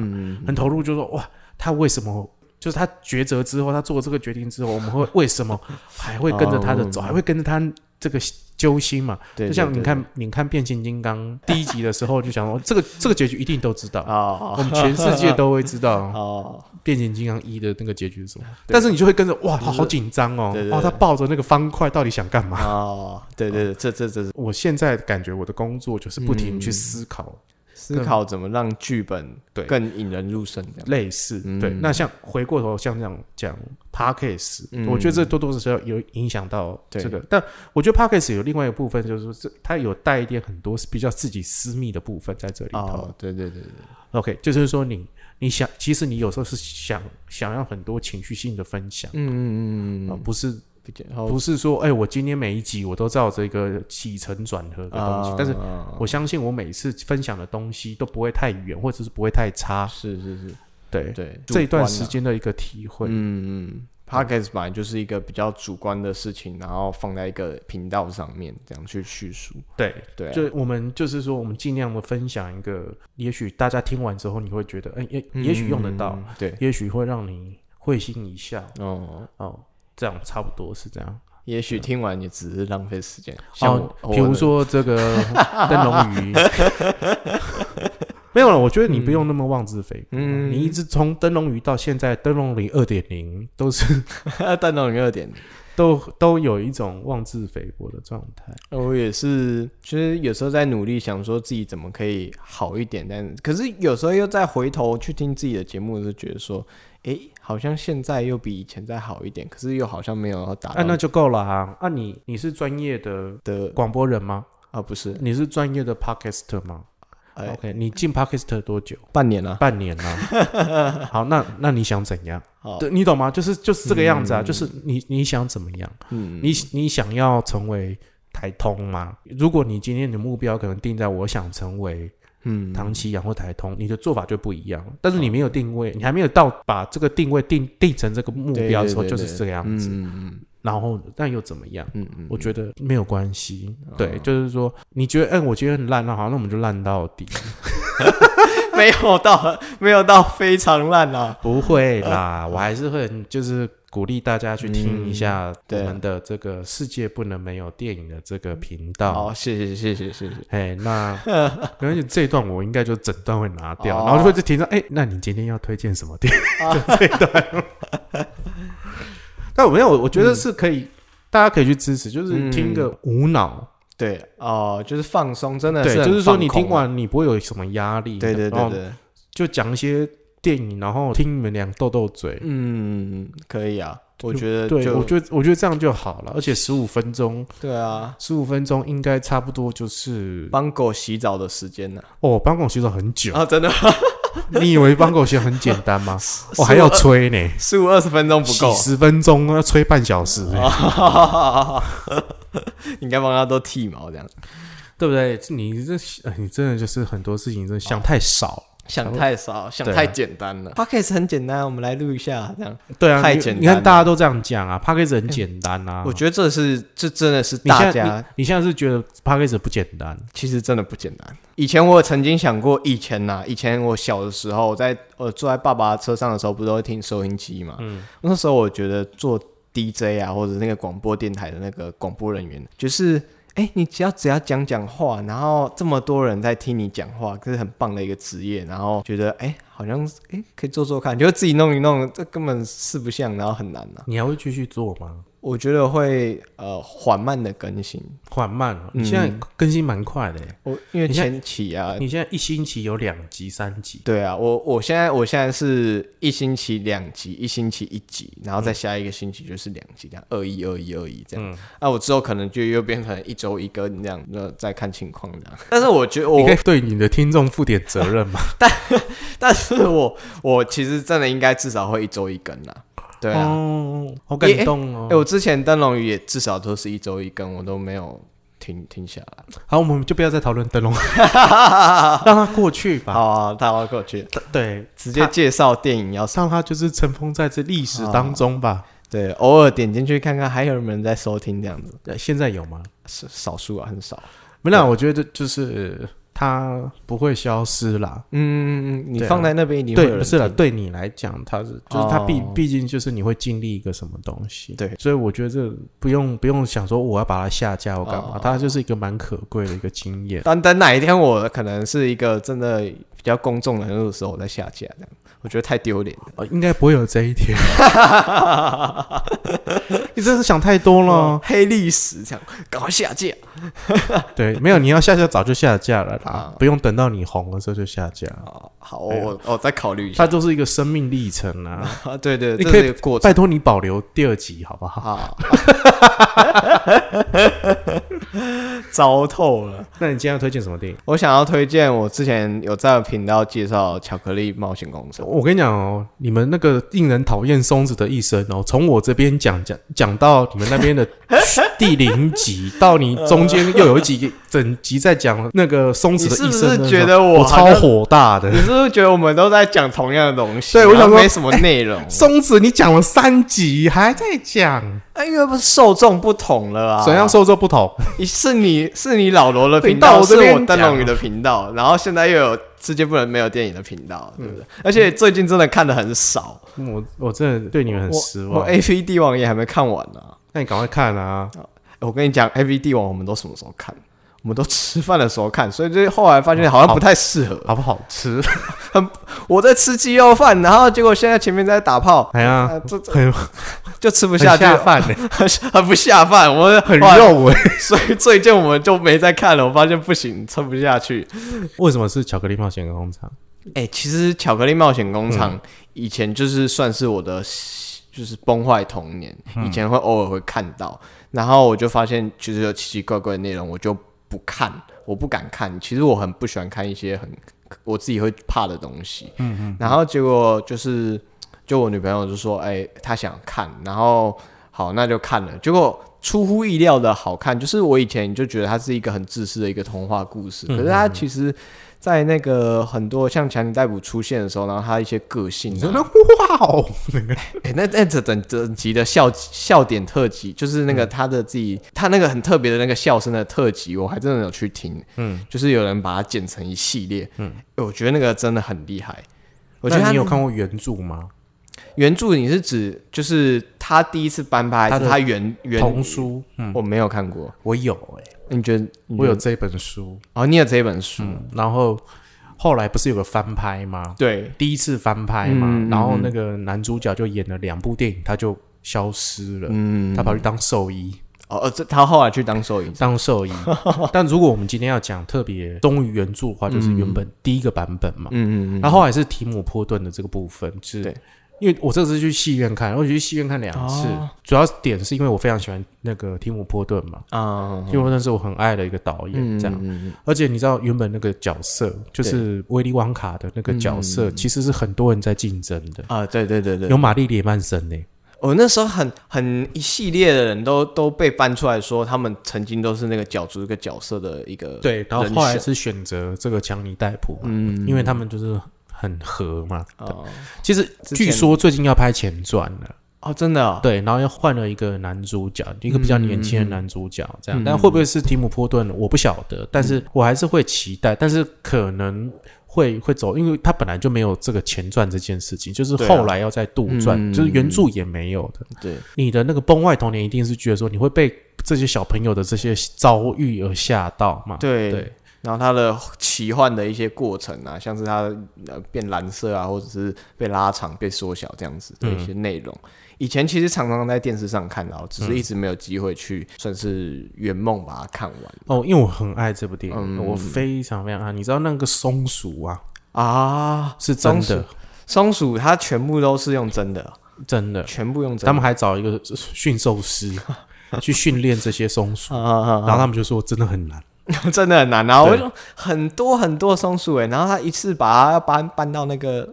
[SPEAKER 2] 很投入，就说哇，他为什么？就是他抉择之后，他做这个决定之后，我们会为什么还会跟着他 的
[SPEAKER 1] 哦
[SPEAKER 2] 走，还会跟着他这个揪心嘛？
[SPEAKER 1] 对，
[SPEAKER 2] 啊就像
[SPEAKER 1] 对
[SPEAKER 2] 你看，你看变形金刚 第一集的时候，就想说这个这个结局一定都知道，
[SPEAKER 1] 哦
[SPEAKER 2] 我们全世界都会知道。
[SPEAKER 1] 哦，
[SPEAKER 2] 变形金刚一的那个结局是什么，
[SPEAKER 1] 对
[SPEAKER 2] 但是你就会跟着哇，好好紧张哦
[SPEAKER 1] 对对，对
[SPEAKER 2] 哦，他抱着那个方块到底想干嘛？
[SPEAKER 1] 哦，对对对，这这这是
[SPEAKER 2] 我现在感觉我的工作就是不停去思考
[SPEAKER 1] 嗯思考怎么让剧本
[SPEAKER 2] 对
[SPEAKER 1] 更引人入胜这样。
[SPEAKER 2] 类似，
[SPEAKER 1] 嗯
[SPEAKER 2] 对。那像回过头像这样讲 p a c k a s
[SPEAKER 1] 嗯
[SPEAKER 2] 我觉得这多多少少有影响到
[SPEAKER 1] 对
[SPEAKER 2] 这个，但我觉得 p a c k a s 有另外一个部分，就是说这它有带一点很多比较自己私密的部分在这里头。
[SPEAKER 1] 哦，对对对对，
[SPEAKER 2] OK，就是说你你想，其实你有时候是想想要很多情绪性的分享，
[SPEAKER 1] 嗯嗯嗯嗯
[SPEAKER 2] 啊
[SPEAKER 1] 嗯，
[SPEAKER 2] 不是
[SPEAKER 1] 比较好
[SPEAKER 2] 不是说，哎、我今天每一集我都照着一个起承转合的东西，但是
[SPEAKER 1] 啊
[SPEAKER 2] 我相信我每次分享的东西都不会太远，或者是不会太差。
[SPEAKER 1] 是是是，
[SPEAKER 2] 对，
[SPEAKER 1] 对
[SPEAKER 2] 这一段
[SPEAKER 1] 主
[SPEAKER 2] 时，
[SPEAKER 1] 观啊
[SPEAKER 2] 间的一个体会，
[SPEAKER 1] 嗯嗯。Podcast 本来就是一个比较主观的事情，然后放在一个频道上面这样去叙述，
[SPEAKER 2] 对，
[SPEAKER 1] 对啊、
[SPEAKER 2] 就我们就是说，我们尽量的分享一个，也许大家听完之后你会觉得，哎、也也许用得到，
[SPEAKER 1] 嗯，嗯嗯对，
[SPEAKER 2] 也许会让你会心一笑。
[SPEAKER 1] 哦，
[SPEAKER 2] 哦，这样差不多是这样。
[SPEAKER 1] 也许听完也只是浪费时间，像
[SPEAKER 2] 哦
[SPEAKER 1] 我，
[SPEAKER 2] 比如，说这个灯笼鱼，没有了。我觉得你不用那么妄自菲薄。啊
[SPEAKER 1] 嗯
[SPEAKER 2] 你一直从灯笼鱼到现在灯笼鱼二点零，都是
[SPEAKER 1] 我 蛋到零二点，
[SPEAKER 2] 都都有一种妄自菲薄的状态。
[SPEAKER 1] 我也是，其实有时候在努力想说自己怎么可以好一点，但可是有时候又再回头去听自己的节目，就觉得说，诶，好像现在又比以前再好一点，可是又好像没有要达
[SPEAKER 2] 啊，那
[SPEAKER 1] 到
[SPEAKER 2] 就够了啊！啊，你你是专业的
[SPEAKER 1] 的
[SPEAKER 2] 广播人吗？
[SPEAKER 1] 啊，不是，
[SPEAKER 2] 你是专业的 podcaster 吗
[SPEAKER 1] 哎
[SPEAKER 2] ？OK，你进 podcaster 多久？
[SPEAKER 1] 半年了、
[SPEAKER 2] 半年啦、 好，那那你想怎样？
[SPEAKER 1] 好
[SPEAKER 2] 对，你懂吗？就是就是这个样子啊，就是你你想怎么样？
[SPEAKER 1] 嗯，
[SPEAKER 2] 你你想要成为台通吗？如果你今天的目标可能定在我想成为
[SPEAKER 1] 嗯，
[SPEAKER 2] 唐奇阳或台通，你的做法就不一样。但是你没有定位，你还没有到把这个定位定定成这个目
[SPEAKER 1] 对
[SPEAKER 2] 标的
[SPEAKER 1] 对
[SPEAKER 2] 时候，
[SPEAKER 1] 对
[SPEAKER 2] 就是
[SPEAKER 1] 对
[SPEAKER 2] 这个样子。
[SPEAKER 1] 嗯
[SPEAKER 2] 然后，但又怎么样？
[SPEAKER 1] 嗯哦嗯
[SPEAKER 2] 我觉得没有关系，对，就是说，你觉得，哎、我觉得很烂，那好，那我们就烂到 底，
[SPEAKER 1] 嗯， 没有到没有到非常烂啊，
[SPEAKER 2] 不会啦，我还是会很就是鼓励大家去听一下我
[SPEAKER 1] 对啊
[SPEAKER 2] 们的这个世界不能没有电影的这个频道，
[SPEAKER 1] 好，谢谢谢谢谢谢，
[SPEAKER 2] 哎，那 没关系，这一段我应该就整段会拿掉，
[SPEAKER 1] 哦
[SPEAKER 2] 然后就会就提到，哎，那你今天要推荐什么电影？ 就这一段。但我没有，我觉得是可以，大家可以去支持，就是听个无脑，
[SPEAKER 1] 对哦、就是放松，真的嗯
[SPEAKER 2] 对，
[SPEAKER 1] 是很
[SPEAKER 2] 就是说你
[SPEAKER 1] 放空
[SPEAKER 2] 听
[SPEAKER 1] 啊，
[SPEAKER 2] 完你不会有什么压力，
[SPEAKER 1] 对对
[SPEAKER 2] 然
[SPEAKER 1] 对
[SPEAKER 2] 后
[SPEAKER 1] 对，
[SPEAKER 2] 就讲一些电影，然后听你们俩斗斗嘴。
[SPEAKER 1] 嗯，可以啊，我觉得
[SPEAKER 2] 对，
[SPEAKER 1] 就
[SPEAKER 2] 我觉得我觉得这样就好了，而且十五分钟，
[SPEAKER 1] 对啊，
[SPEAKER 2] 十五分钟应该差不多就是
[SPEAKER 1] 帮狗洗澡的时间呢、
[SPEAKER 2] 哦，帮狗洗澡很久，
[SPEAKER 1] 啊，真的
[SPEAKER 2] 你以为帮狗洗澡很简单 吗？我还要吹呢，
[SPEAKER 1] 十五二十分钟不够，
[SPEAKER 2] 十分钟要吹半小时、
[SPEAKER 1] 你 应该帮它都剃毛这样，
[SPEAKER 2] 对不对？你这哎你真的就是很多事情真的想太少，
[SPEAKER 1] 想太少，想
[SPEAKER 2] 对啊
[SPEAKER 1] 太简单了。Podcast 很简单，我们来录一下这样。
[SPEAKER 2] 对啊，
[SPEAKER 1] 太
[SPEAKER 2] 你
[SPEAKER 1] 简单了
[SPEAKER 2] 你看大家都这样讲啊 p a c k a g e 很简单啊。
[SPEAKER 1] 我觉得这是这真的是
[SPEAKER 2] 你
[SPEAKER 1] 大
[SPEAKER 2] 现在
[SPEAKER 1] 家
[SPEAKER 2] 你你现在是觉得 p a c k a g e 不简单，
[SPEAKER 1] 其实真的不简单。以前我曾经想过，以前呐、以前我小的时候，在我坐在爸爸车上的时候，不是都会听收音机嘛？嗯，那时候我觉得做 DJ 啊，或者那个广播电台的那个广播人员，就是哎、诶你只要只要讲讲话，然后这么多人在听你讲话，这是很棒的一个职业。然后觉得哎、诶好像哎、诶可以做做看，就自己弄一弄，这根本四不像，然后很难呐、
[SPEAKER 2] 你还会继续做吗？
[SPEAKER 1] 我觉得会呃缓慢的更新。
[SPEAKER 2] 缓慢、哦，
[SPEAKER 1] 嗯
[SPEAKER 2] 你现在更新蛮快的耶、
[SPEAKER 1] 我因为
[SPEAKER 2] 你现
[SPEAKER 1] 前期啊，
[SPEAKER 2] 你现在一星期有两集、三集，
[SPEAKER 1] 对啊，我我现在我现在是一星期两集，一星期一集，然
[SPEAKER 2] 嗯
[SPEAKER 1] 后再下一个星期就是两集，这样二一二一二一这样。那、我之后可能就又变成一周一更这样，那再看情况这样。 但是我觉得
[SPEAKER 2] 你
[SPEAKER 1] 我
[SPEAKER 2] 可以，对你的听众负点责任嘛？
[SPEAKER 1] 但是我我其实真的应该至少会一周一更啦。对啊，
[SPEAKER 2] 哦，好感动
[SPEAKER 1] 哎、
[SPEAKER 2] 哦。
[SPEAKER 1] 我之前灯笼鱼也至少都是一周一更，我都没有停停下来。
[SPEAKER 2] 好，我们就不要再讨论灯 笼，让它过去吧。
[SPEAKER 1] 好啊，大家过去，
[SPEAKER 2] 对，
[SPEAKER 1] 直接介绍电影要上。
[SPEAKER 2] 让它就是尘封在这历史当中吧。
[SPEAKER 1] 对，偶尔点进去看看还有没有人在收听这样子，
[SPEAKER 2] 呃现在有吗？
[SPEAKER 1] 是少数啊，很少。
[SPEAKER 2] 没啦，我觉得就是它不会消失啦。
[SPEAKER 1] 嗯，你
[SPEAKER 2] 对啊
[SPEAKER 1] 放在那边一定会有
[SPEAKER 2] 对，
[SPEAKER 1] 人
[SPEAKER 2] 不是啦，
[SPEAKER 1] 听
[SPEAKER 2] 对你来讲，它是就是它毕
[SPEAKER 1] 哦
[SPEAKER 2] 毕竟就是你会经历一个什么东西，
[SPEAKER 1] 对
[SPEAKER 2] 所以我觉得这不用不用想说我要把它下架我干嘛，
[SPEAKER 1] 哦
[SPEAKER 2] 它就是一个蛮可贵的一个经验。
[SPEAKER 1] 但等哪一天我可能是一个真的比较公众人物的时候，我再下架这样，我觉得太丢脸
[SPEAKER 2] 呃，应该不会有这一 天，
[SPEAKER 1] 了。
[SPEAKER 2] 你真是想太多了。
[SPEAKER 1] 黑历史这样，赶快下架。
[SPEAKER 2] 对，没有，你要下架早就下架了啦
[SPEAKER 1] 啊，
[SPEAKER 2] 不用等到你红的时候就哦下架。
[SPEAKER 1] 哦，好，我我我再考虑一下。
[SPEAKER 2] 它就是一个生命历程啊，
[SPEAKER 1] 对对，
[SPEAKER 2] 你
[SPEAKER 1] 这
[SPEAKER 2] 可以
[SPEAKER 1] 是一个过程
[SPEAKER 2] 拜托你保留第二集好不好？
[SPEAKER 1] 啊。糟透了！
[SPEAKER 2] 那你今天要推荐什么电影？
[SPEAKER 1] 我想要推荐我之前有在频道介绍《巧克力冒险工厂》，
[SPEAKER 2] 我跟你讲哦，你们那个令人讨厌松子的一生哦，从我这边讲讲讲到你们那 边的第零集，到你中间又有一集整集在讲那个松子的一生的时候，
[SPEAKER 1] 你是不是觉得
[SPEAKER 2] 我
[SPEAKER 1] 我好
[SPEAKER 2] 超
[SPEAKER 1] 像
[SPEAKER 2] 火大 的
[SPEAKER 1] 你？是不是觉得我们都在讲同样的东西？
[SPEAKER 2] 对我想
[SPEAKER 1] 然后
[SPEAKER 2] 说
[SPEAKER 1] 没什么内容，
[SPEAKER 2] 松子，你讲了三集还在讲，
[SPEAKER 1] 哎，因为不是受众不同了啊。
[SPEAKER 2] 怎样受众不同？
[SPEAKER 1] 是你是你老罗的
[SPEAKER 2] 对
[SPEAKER 1] 频道，
[SPEAKER 2] 到我这
[SPEAKER 1] 是
[SPEAKER 2] 边
[SPEAKER 1] 我灯
[SPEAKER 2] 讲啊
[SPEAKER 1] 笼鱼的频道，然后现在又有世界不能没有电影的频道，
[SPEAKER 2] 嗯
[SPEAKER 1] 对不对？而且最近真的看的很少，
[SPEAKER 2] 我我真的对你们很失
[SPEAKER 1] 我哎
[SPEAKER 2] 望。
[SPEAKER 1] A P 帝王也还没看完呢、
[SPEAKER 2] 那你赶快看啊！
[SPEAKER 1] 哎我跟你讲，A P 帝王我们都什么时候看？我们都吃饭的时候看，所以就后来发现好像不太适合。
[SPEAKER 2] 好不好 吃？
[SPEAKER 1] 我在吃鸡肉饭，然后结果现在前面在打炮，
[SPEAKER 2] 哎呀，
[SPEAKER 1] 啊、这这
[SPEAKER 2] 很
[SPEAKER 1] 就吃不
[SPEAKER 2] 不
[SPEAKER 1] 下去
[SPEAKER 2] 下
[SPEAKER 1] 了，
[SPEAKER 2] 饭、欸，
[SPEAKER 1] 很 很不下饭。我们
[SPEAKER 2] 很
[SPEAKER 1] 后来，
[SPEAKER 2] 肉 哎、
[SPEAKER 1] 所以最近我们就没再看了。我发现不行，撑不下去。
[SPEAKER 2] 为什么是巧克力冒险工厂？
[SPEAKER 1] 哎、其实《巧克力冒险工厂》以前就是算是我的，就是崩坏童年。以前会偶尔会看到，然后我就发现其实有奇奇怪怪的内容，我就不看，我不敢看。其实我很不喜欢看一些很我自己会怕的东西。嗯嗯。然后结果就是，就我女朋友就说：“哎、她想看。”然后好，那就看了。结果出乎意料的好看，就是我以前就觉得它是一个很自私的一个童话故事，可是它其实。在那个很多像强尼逮捕出现的时候，然后他一些个性、
[SPEAKER 2] 你
[SPEAKER 1] 啊，
[SPEAKER 2] 说那 哇哦，那个
[SPEAKER 1] 哎、那那整整整集的笑笑点特辑，就是那个他的自己，他那个很特别的那个笑声的特辑，我还真的有去听。嗯，就是有人把它剪成一系列。嗯、我觉得那个真的很厉害。我觉得
[SPEAKER 2] 那
[SPEAKER 1] 他
[SPEAKER 2] 你有看过原著吗？
[SPEAKER 1] 原著，你是指就是他第一次翻拍，还
[SPEAKER 2] 他
[SPEAKER 1] 是
[SPEAKER 2] 的
[SPEAKER 1] 他原原
[SPEAKER 2] 童书，嗯，
[SPEAKER 1] 我没有看过。
[SPEAKER 2] 我有哎、
[SPEAKER 1] 你觉得？你觉
[SPEAKER 2] 我
[SPEAKER 1] 得
[SPEAKER 2] 有这本书，
[SPEAKER 1] 哦，你有这本书？
[SPEAKER 2] 嗯，然后后来不是有个翻拍吗？
[SPEAKER 1] 对，
[SPEAKER 2] 第一次翻拍嘛，
[SPEAKER 1] 嗯嗯
[SPEAKER 2] 然后那个男主角就演了两部电影，他就消失了，
[SPEAKER 1] 嗯，
[SPEAKER 2] 他跑去当兽医，
[SPEAKER 1] 哦，呃这他后来去当兽医。
[SPEAKER 2] 当兽医。 但如果我们今天要讲特别忠于原著的话，就是原本第一个版本嘛，
[SPEAKER 1] 嗯嗯嗯嗯，
[SPEAKER 2] 然后后来是提姆波顿的这个部分，是
[SPEAKER 1] 对
[SPEAKER 2] 因为我这次去戏院看，我去戏院看两次，
[SPEAKER 1] 哦
[SPEAKER 2] 主要点是因为我非常喜欢那个提姆波顿嘛，
[SPEAKER 1] 啊，
[SPEAKER 2] 提姆波顿是我很爱的一个导演，这样。
[SPEAKER 1] 嗯
[SPEAKER 2] 而且你知道，原本那个角色就是威利旺卡的那个
[SPEAKER 1] 嗯
[SPEAKER 2] 角色，其实是很多人在竞争的，
[SPEAKER 1] 啊，对对对对，
[SPEAKER 2] 有玛丽莲曼森呢、
[SPEAKER 1] 我那时候很很一系列的人都都被搬出来说，他们曾经都是那个角逐一个角色的一个
[SPEAKER 2] 对，然后
[SPEAKER 1] 呃人
[SPEAKER 2] 后来
[SPEAKER 1] 选
[SPEAKER 2] 是选择这个强尼戴普嘛，
[SPEAKER 1] 嗯
[SPEAKER 2] 因为他们就是很合嘛。
[SPEAKER 1] 哦
[SPEAKER 2] 其实
[SPEAKER 1] 之前
[SPEAKER 2] 据说最近要拍前传了，
[SPEAKER 1] 哦，真的哦、
[SPEAKER 2] 对，然后又换了一个男主角，一个比较年
[SPEAKER 1] 嗯
[SPEAKER 2] 轻的男主角，这样，但会不会是提姆波顿，我不晓得，但是我还是会期待，但是可能会会走，因为他本来就没有这个前传这件事情，就是
[SPEAKER 1] 对啊
[SPEAKER 2] 后来要再杜撰，
[SPEAKER 1] 嗯
[SPEAKER 2] 就是原著也没有的。
[SPEAKER 1] 对
[SPEAKER 2] 你的那个崩坏童年，一定是觉得说你会被这些小朋友的这些遭遇而吓到嘛？
[SPEAKER 1] 对
[SPEAKER 2] 啊对，
[SPEAKER 1] 然后他的奇幻的一些过程啊，像是他呃变蓝色啊，或者是被拉长、被缩小这样子的一些
[SPEAKER 2] 嗯
[SPEAKER 1] 内容。以前其实常常在电视上看到，只是一直没有机会去算是圆梦把它看完
[SPEAKER 2] 哦，因为我很爱这部电影，
[SPEAKER 1] 嗯
[SPEAKER 2] 我非常非常爱。你知道那个松鼠啊，
[SPEAKER 1] 啊。
[SPEAKER 2] 是真
[SPEAKER 1] 松
[SPEAKER 2] 的
[SPEAKER 1] 鼠，松鼠它全部都是用真的，哦
[SPEAKER 2] 真的，
[SPEAKER 1] 全部用真
[SPEAKER 2] 他
[SPEAKER 1] 的。
[SPEAKER 2] 们还找一个驯兽 师去训练这些松鼠，
[SPEAKER 1] 啊啊啊
[SPEAKER 2] 然后他们就说真的很难。
[SPEAKER 1] 真的很难啊！
[SPEAKER 2] 对
[SPEAKER 1] 欸我就很多很多松鼠哎、然后他一次把它搬搬到那个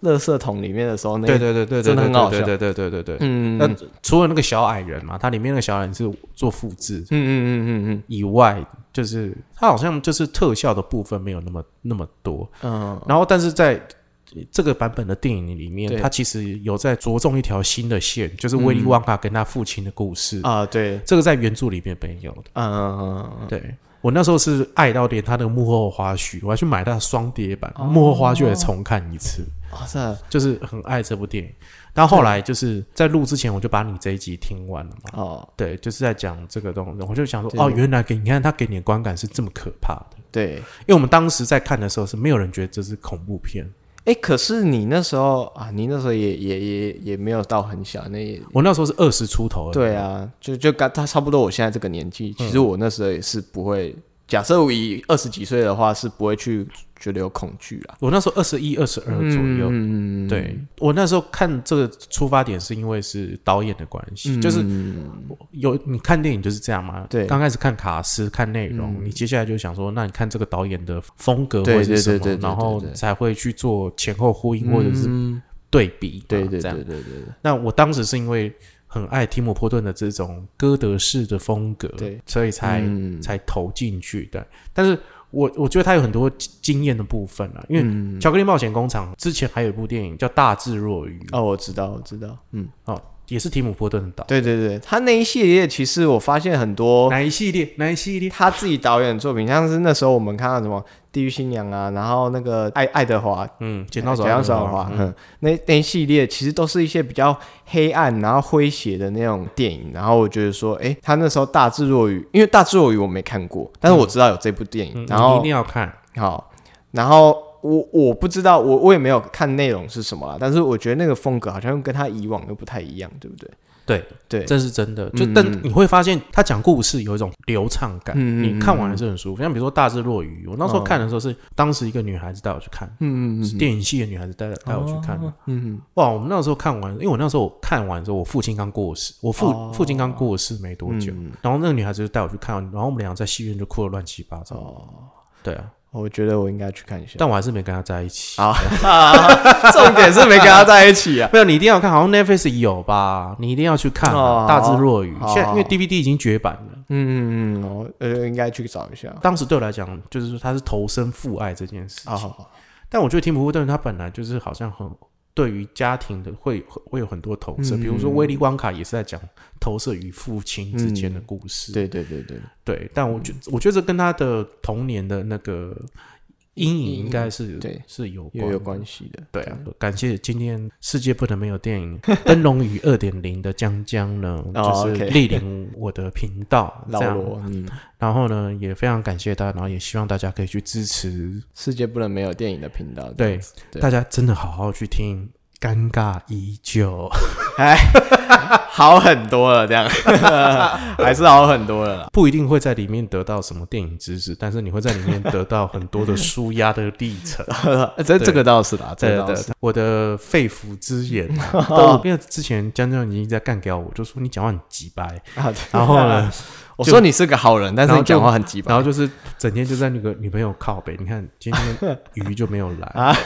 [SPEAKER 1] 垃圾桶里面的时候，那
[SPEAKER 2] 对呃对对对对，
[SPEAKER 1] 真的很好
[SPEAKER 2] 对
[SPEAKER 1] 笑
[SPEAKER 2] 对对对对对对。
[SPEAKER 1] 嗯
[SPEAKER 2] 那
[SPEAKER 1] 嗯
[SPEAKER 2] 除了那个小矮人嘛，它里面那个小矮人是做复制
[SPEAKER 1] 嗯嗯嗯
[SPEAKER 2] 以外，就是它好像就是特效的部分没有那么那么多。
[SPEAKER 1] 嗯嗯，
[SPEAKER 2] 然后，但是在这个版本的电影里面
[SPEAKER 1] 对，
[SPEAKER 2] 它其实有在着重一条新的线，就是威利旺卡跟他父亲的故事。
[SPEAKER 1] 嗯啊对，
[SPEAKER 2] 这个在原著里面没有的。
[SPEAKER 1] 嗯嗯嗯嗯
[SPEAKER 2] 对我那时候是爱到连他的幕后花絮，我还去买他的双碟版、
[SPEAKER 1] 哦
[SPEAKER 2] 幕后花絮来重看一次，
[SPEAKER 1] 嗯，哇塞
[SPEAKER 2] 就是很爱这部电影。然后后来就是在录之前，我就把你这一集听完了嘛。
[SPEAKER 1] 哦
[SPEAKER 2] 对，就是在讲这个东西，我就想说，
[SPEAKER 1] 对
[SPEAKER 2] 哦，原来给你看他给你的观感是这么可怕的。
[SPEAKER 1] 对，
[SPEAKER 2] 因为我们当时在看的时候，是没有人觉得这是恐怖片。
[SPEAKER 1] 哎、可是你那时候啊，你那时候也也也也没有到很小，那也
[SPEAKER 2] 我那时候是二十出头而已，
[SPEAKER 1] 对啊，就就刚他差不多我现在这个年纪，其实
[SPEAKER 2] 嗯
[SPEAKER 1] 我那时候也是不会，假设我以二十几岁的话，是不会去觉得有恐惧啦，
[SPEAKER 2] 我那时候二十一、二十二左右。
[SPEAKER 1] 嗯，
[SPEAKER 2] 对我那时候看这个出发点是因为是导演的关
[SPEAKER 1] 嗯
[SPEAKER 2] 系，就是有你看电影就是这样嘛。
[SPEAKER 1] 对嗯
[SPEAKER 2] 刚开始看卡斯看内容，你接下来就想说，那你看这个导演的风格
[SPEAKER 1] 对
[SPEAKER 2] 会是
[SPEAKER 1] 对
[SPEAKER 2] 什
[SPEAKER 1] 对
[SPEAKER 2] 么，
[SPEAKER 1] 对对
[SPEAKER 2] 然后
[SPEAKER 1] 对对
[SPEAKER 2] 才会去做前后呼应或者是
[SPEAKER 1] 嗯
[SPEAKER 2] 对比嘛。
[SPEAKER 1] 对对对
[SPEAKER 2] 这样。
[SPEAKER 1] 对对对
[SPEAKER 2] 那我当时是因为很爱提姆波顿的这种哥德式的风格，
[SPEAKER 1] 对，
[SPEAKER 2] 所以才、
[SPEAKER 1] 嗯
[SPEAKER 2] 才投进去的。但是我我觉得他有很多经经验的部分啊，因为
[SPEAKER 1] 嗯
[SPEAKER 2] 《巧克力冒险工厂》之前还有一部电影叫《大智若愚》，哦
[SPEAKER 1] 哦，我知道我知道，嗯，
[SPEAKER 2] 也是提姆波顿导。
[SPEAKER 1] 对对对，他那一系列其实我发现很多
[SPEAKER 2] 哪一系列？哪一系列？
[SPEAKER 1] 他自己导演的作品，像是那时候我们看到什么《地狱新娘》啊，然后那个爱爱德华
[SPEAKER 2] 嗯，剪刀手，
[SPEAKER 1] 剪刀手的话，嗯，那那一系列其实都是一些比较黑暗然后诙谐的那种电影。然后我觉得说，诶，他那时候《大智若愚》，因为《大智若愚》我没看过，但是我知道有这部电影。
[SPEAKER 2] 嗯，
[SPEAKER 1] 然
[SPEAKER 2] 你一
[SPEAKER 1] 后
[SPEAKER 2] 定要看。
[SPEAKER 1] 好，然后我我不知道，我我也没有看内容是什么啦，但是我觉得那个风格好像跟他以往又不太一样，对不对？
[SPEAKER 2] 对，
[SPEAKER 1] 对，
[SPEAKER 2] 这是真的。就、
[SPEAKER 1] 嗯嗯
[SPEAKER 2] 但你会发现，他讲故事有一种流畅感，
[SPEAKER 1] 嗯嗯嗯哦
[SPEAKER 2] 你看完还是很舒服。像比如说《大智若愚》，我那时候看的时候是、当时一个女孩子带我去看，
[SPEAKER 1] 嗯嗯
[SPEAKER 2] 是电影系的女孩子带带我去看的。
[SPEAKER 1] 嗯嗯
[SPEAKER 2] 哇，我们那时候看完，因为我那时候看完之后，我父亲刚过世，我父、
[SPEAKER 1] 哦
[SPEAKER 2] 父亲刚过世没多
[SPEAKER 1] 嗯
[SPEAKER 2] 久，然后那个女孩子就带我去看，然后我们两个在戏院就哭得乱七八糟。
[SPEAKER 1] 哦，
[SPEAKER 2] 对啊，
[SPEAKER 1] 我觉得我应该去看一下。
[SPEAKER 2] 但我还是没跟她在一起。
[SPEAKER 1] 啊，重点是没跟他在一起啊。
[SPEAKER 2] 没有，你一定要看，好像 Netflix 有吧？你一定要去看、
[SPEAKER 1] 哦
[SPEAKER 2] 啊大智若愚》
[SPEAKER 1] 好
[SPEAKER 2] 现在因为
[SPEAKER 1] 好
[SPEAKER 2] DVD 已经绝版了，
[SPEAKER 1] 嗯嗯嗯，我呃应该去找一下。
[SPEAKER 2] 当时对我来讲，就是说他是投身父爱这件事情。
[SPEAKER 1] 啊，好好
[SPEAKER 2] 但我觉得提姆·波顿他本来就是好像很对于家庭的会会有很多投射，
[SPEAKER 1] 嗯
[SPEAKER 2] 比如说威利·光卡也是在讲投射与父亲之间的故事。
[SPEAKER 1] 嗯对嗯对对对，
[SPEAKER 2] 对，但我觉我觉得这跟他的童年的那个阴影应该是
[SPEAKER 1] 对
[SPEAKER 2] 是有
[SPEAKER 1] 也
[SPEAKER 2] 关
[SPEAKER 1] 有关系的。
[SPEAKER 2] 对啊，感谢今天世界不能没有电影灯笼与二点零的江江呢，
[SPEAKER 1] 哦
[SPEAKER 2] 就是
[SPEAKER 1] OK
[SPEAKER 2] 莅临我的频道这
[SPEAKER 1] 老
[SPEAKER 2] 样。
[SPEAKER 1] 罗，嗯，
[SPEAKER 2] 然后呢，也非常感谢大家，然后也希望大家可以去支持，
[SPEAKER 1] 世界不能没有电影的频道。
[SPEAKER 2] 对
[SPEAKER 1] 对
[SPEAKER 2] 大家真的好好去听。尴尬依旧，
[SPEAKER 1] 好很多了，这样还是好很多了啦。
[SPEAKER 2] 不一定会在里面得到什么电影知识，但是你会在里面得到很多的舒压的历 程。
[SPEAKER 1] 这这个倒是啦，这
[SPEAKER 2] 对
[SPEAKER 1] 个倒
[SPEAKER 2] 对
[SPEAKER 1] 是。，
[SPEAKER 2] 我的肺腑之言 啊，都因为之前江江已经在干掉我，就说你讲话很急 白，
[SPEAKER 1] 啊对
[SPEAKER 2] 然后 呢，
[SPEAKER 1] 我说你是个好人，但是
[SPEAKER 2] 然后
[SPEAKER 1] 你讲
[SPEAKER 2] 就
[SPEAKER 1] 话很鸡
[SPEAKER 2] 然
[SPEAKER 1] 巴。
[SPEAKER 2] 后就是整天就在那个女朋友靠北，你看今天鱼就没有 来，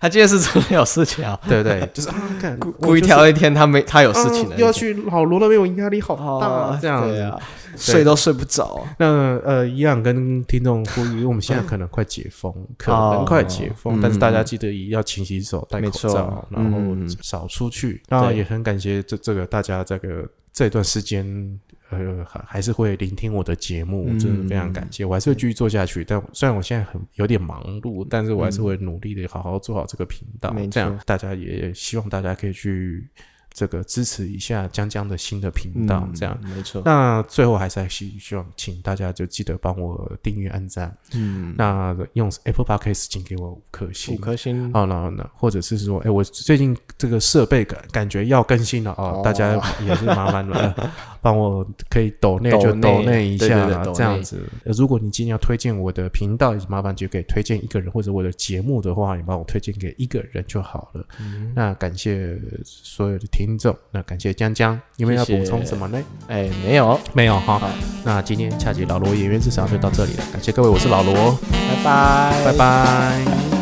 [SPEAKER 1] 他今天是真的有事情 啊，
[SPEAKER 2] 对不对？就是啊，看
[SPEAKER 1] 故故意挑一天他没他有事情的
[SPEAKER 2] 要去老罗那边，我压力好大、
[SPEAKER 1] 哦
[SPEAKER 2] 这样
[SPEAKER 1] 对
[SPEAKER 2] 子。
[SPEAKER 1] 啊，睡都睡不着。
[SPEAKER 2] 那呃，一样跟听众呼吁，我们现在可能快解封，可能快解封，
[SPEAKER 1] 哦嗯
[SPEAKER 2] 但是大家记得也要勤洗手、戴
[SPEAKER 1] 没
[SPEAKER 2] 口
[SPEAKER 1] 错
[SPEAKER 2] 罩，然后
[SPEAKER 1] 嗯
[SPEAKER 2] 少出去。那
[SPEAKER 1] 对
[SPEAKER 2] 也很感谢这这个大家这个这段时间。呃，还还是会聆听我的节目，
[SPEAKER 1] 嗯
[SPEAKER 2] 真的非常感谢。我还是会继续做下去，但虽然我现在很有点忙碌，但是我还是会努力的好好做好这个频道
[SPEAKER 1] 没。错
[SPEAKER 2] 这样大家也希望大家可以去这个支持一下江江的新的频道，啊这样。
[SPEAKER 1] 嗯没错。
[SPEAKER 2] 那最后还是希希望请大家就记得帮我订阅、按赞，
[SPEAKER 1] 嗯，
[SPEAKER 2] 那用 Apple Podcast 请给我五颗星
[SPEAKER 1] 五。颗星。
[SPEAKER 2] 好，那那或者是说，哎、我最近这个设备感感觉要更新了哦，
[SPEAKER 1] 哦
[SPEAKER 2] 大家也是麻烦 了，呃帮我可以抖内就
[SPEAKER 1] 抖
[SPEAKER 2] 抖
[SPEAKER 1] 内
[SPEAKER 2] 内一
[SPEAKER 1] 对
[SPEAKER 2] 下
[SPEAKER 1] 对对
[SPEAKER 2] 啦
[SPEAKER 1] 抖内
[SPEAKER 2] 这样子。呃如果你今天要推荐我的频道，麻烦就给推荐一个人或者我的节目的话，你帮我推荐给一个人就好了。
[SPEAKER 1] 嗯
[SPEAKER 2] 那感谢所有的听众，那感谢江江，你们要
[SPEAKER 1] 谢谢
[SPEAKER 2] 补充什么呢？
[SPEAKER 1] 哎，没有，
[SPEAKER 2] 没有哈
[SPEAKER 1] 好。
[SPEAKER 2] 那今天下集老罗演员日常就到这里了，感谢各位，我是老罗，
[SPEAKER 1] 拜拜，
[SPEAKER 2] 拜拜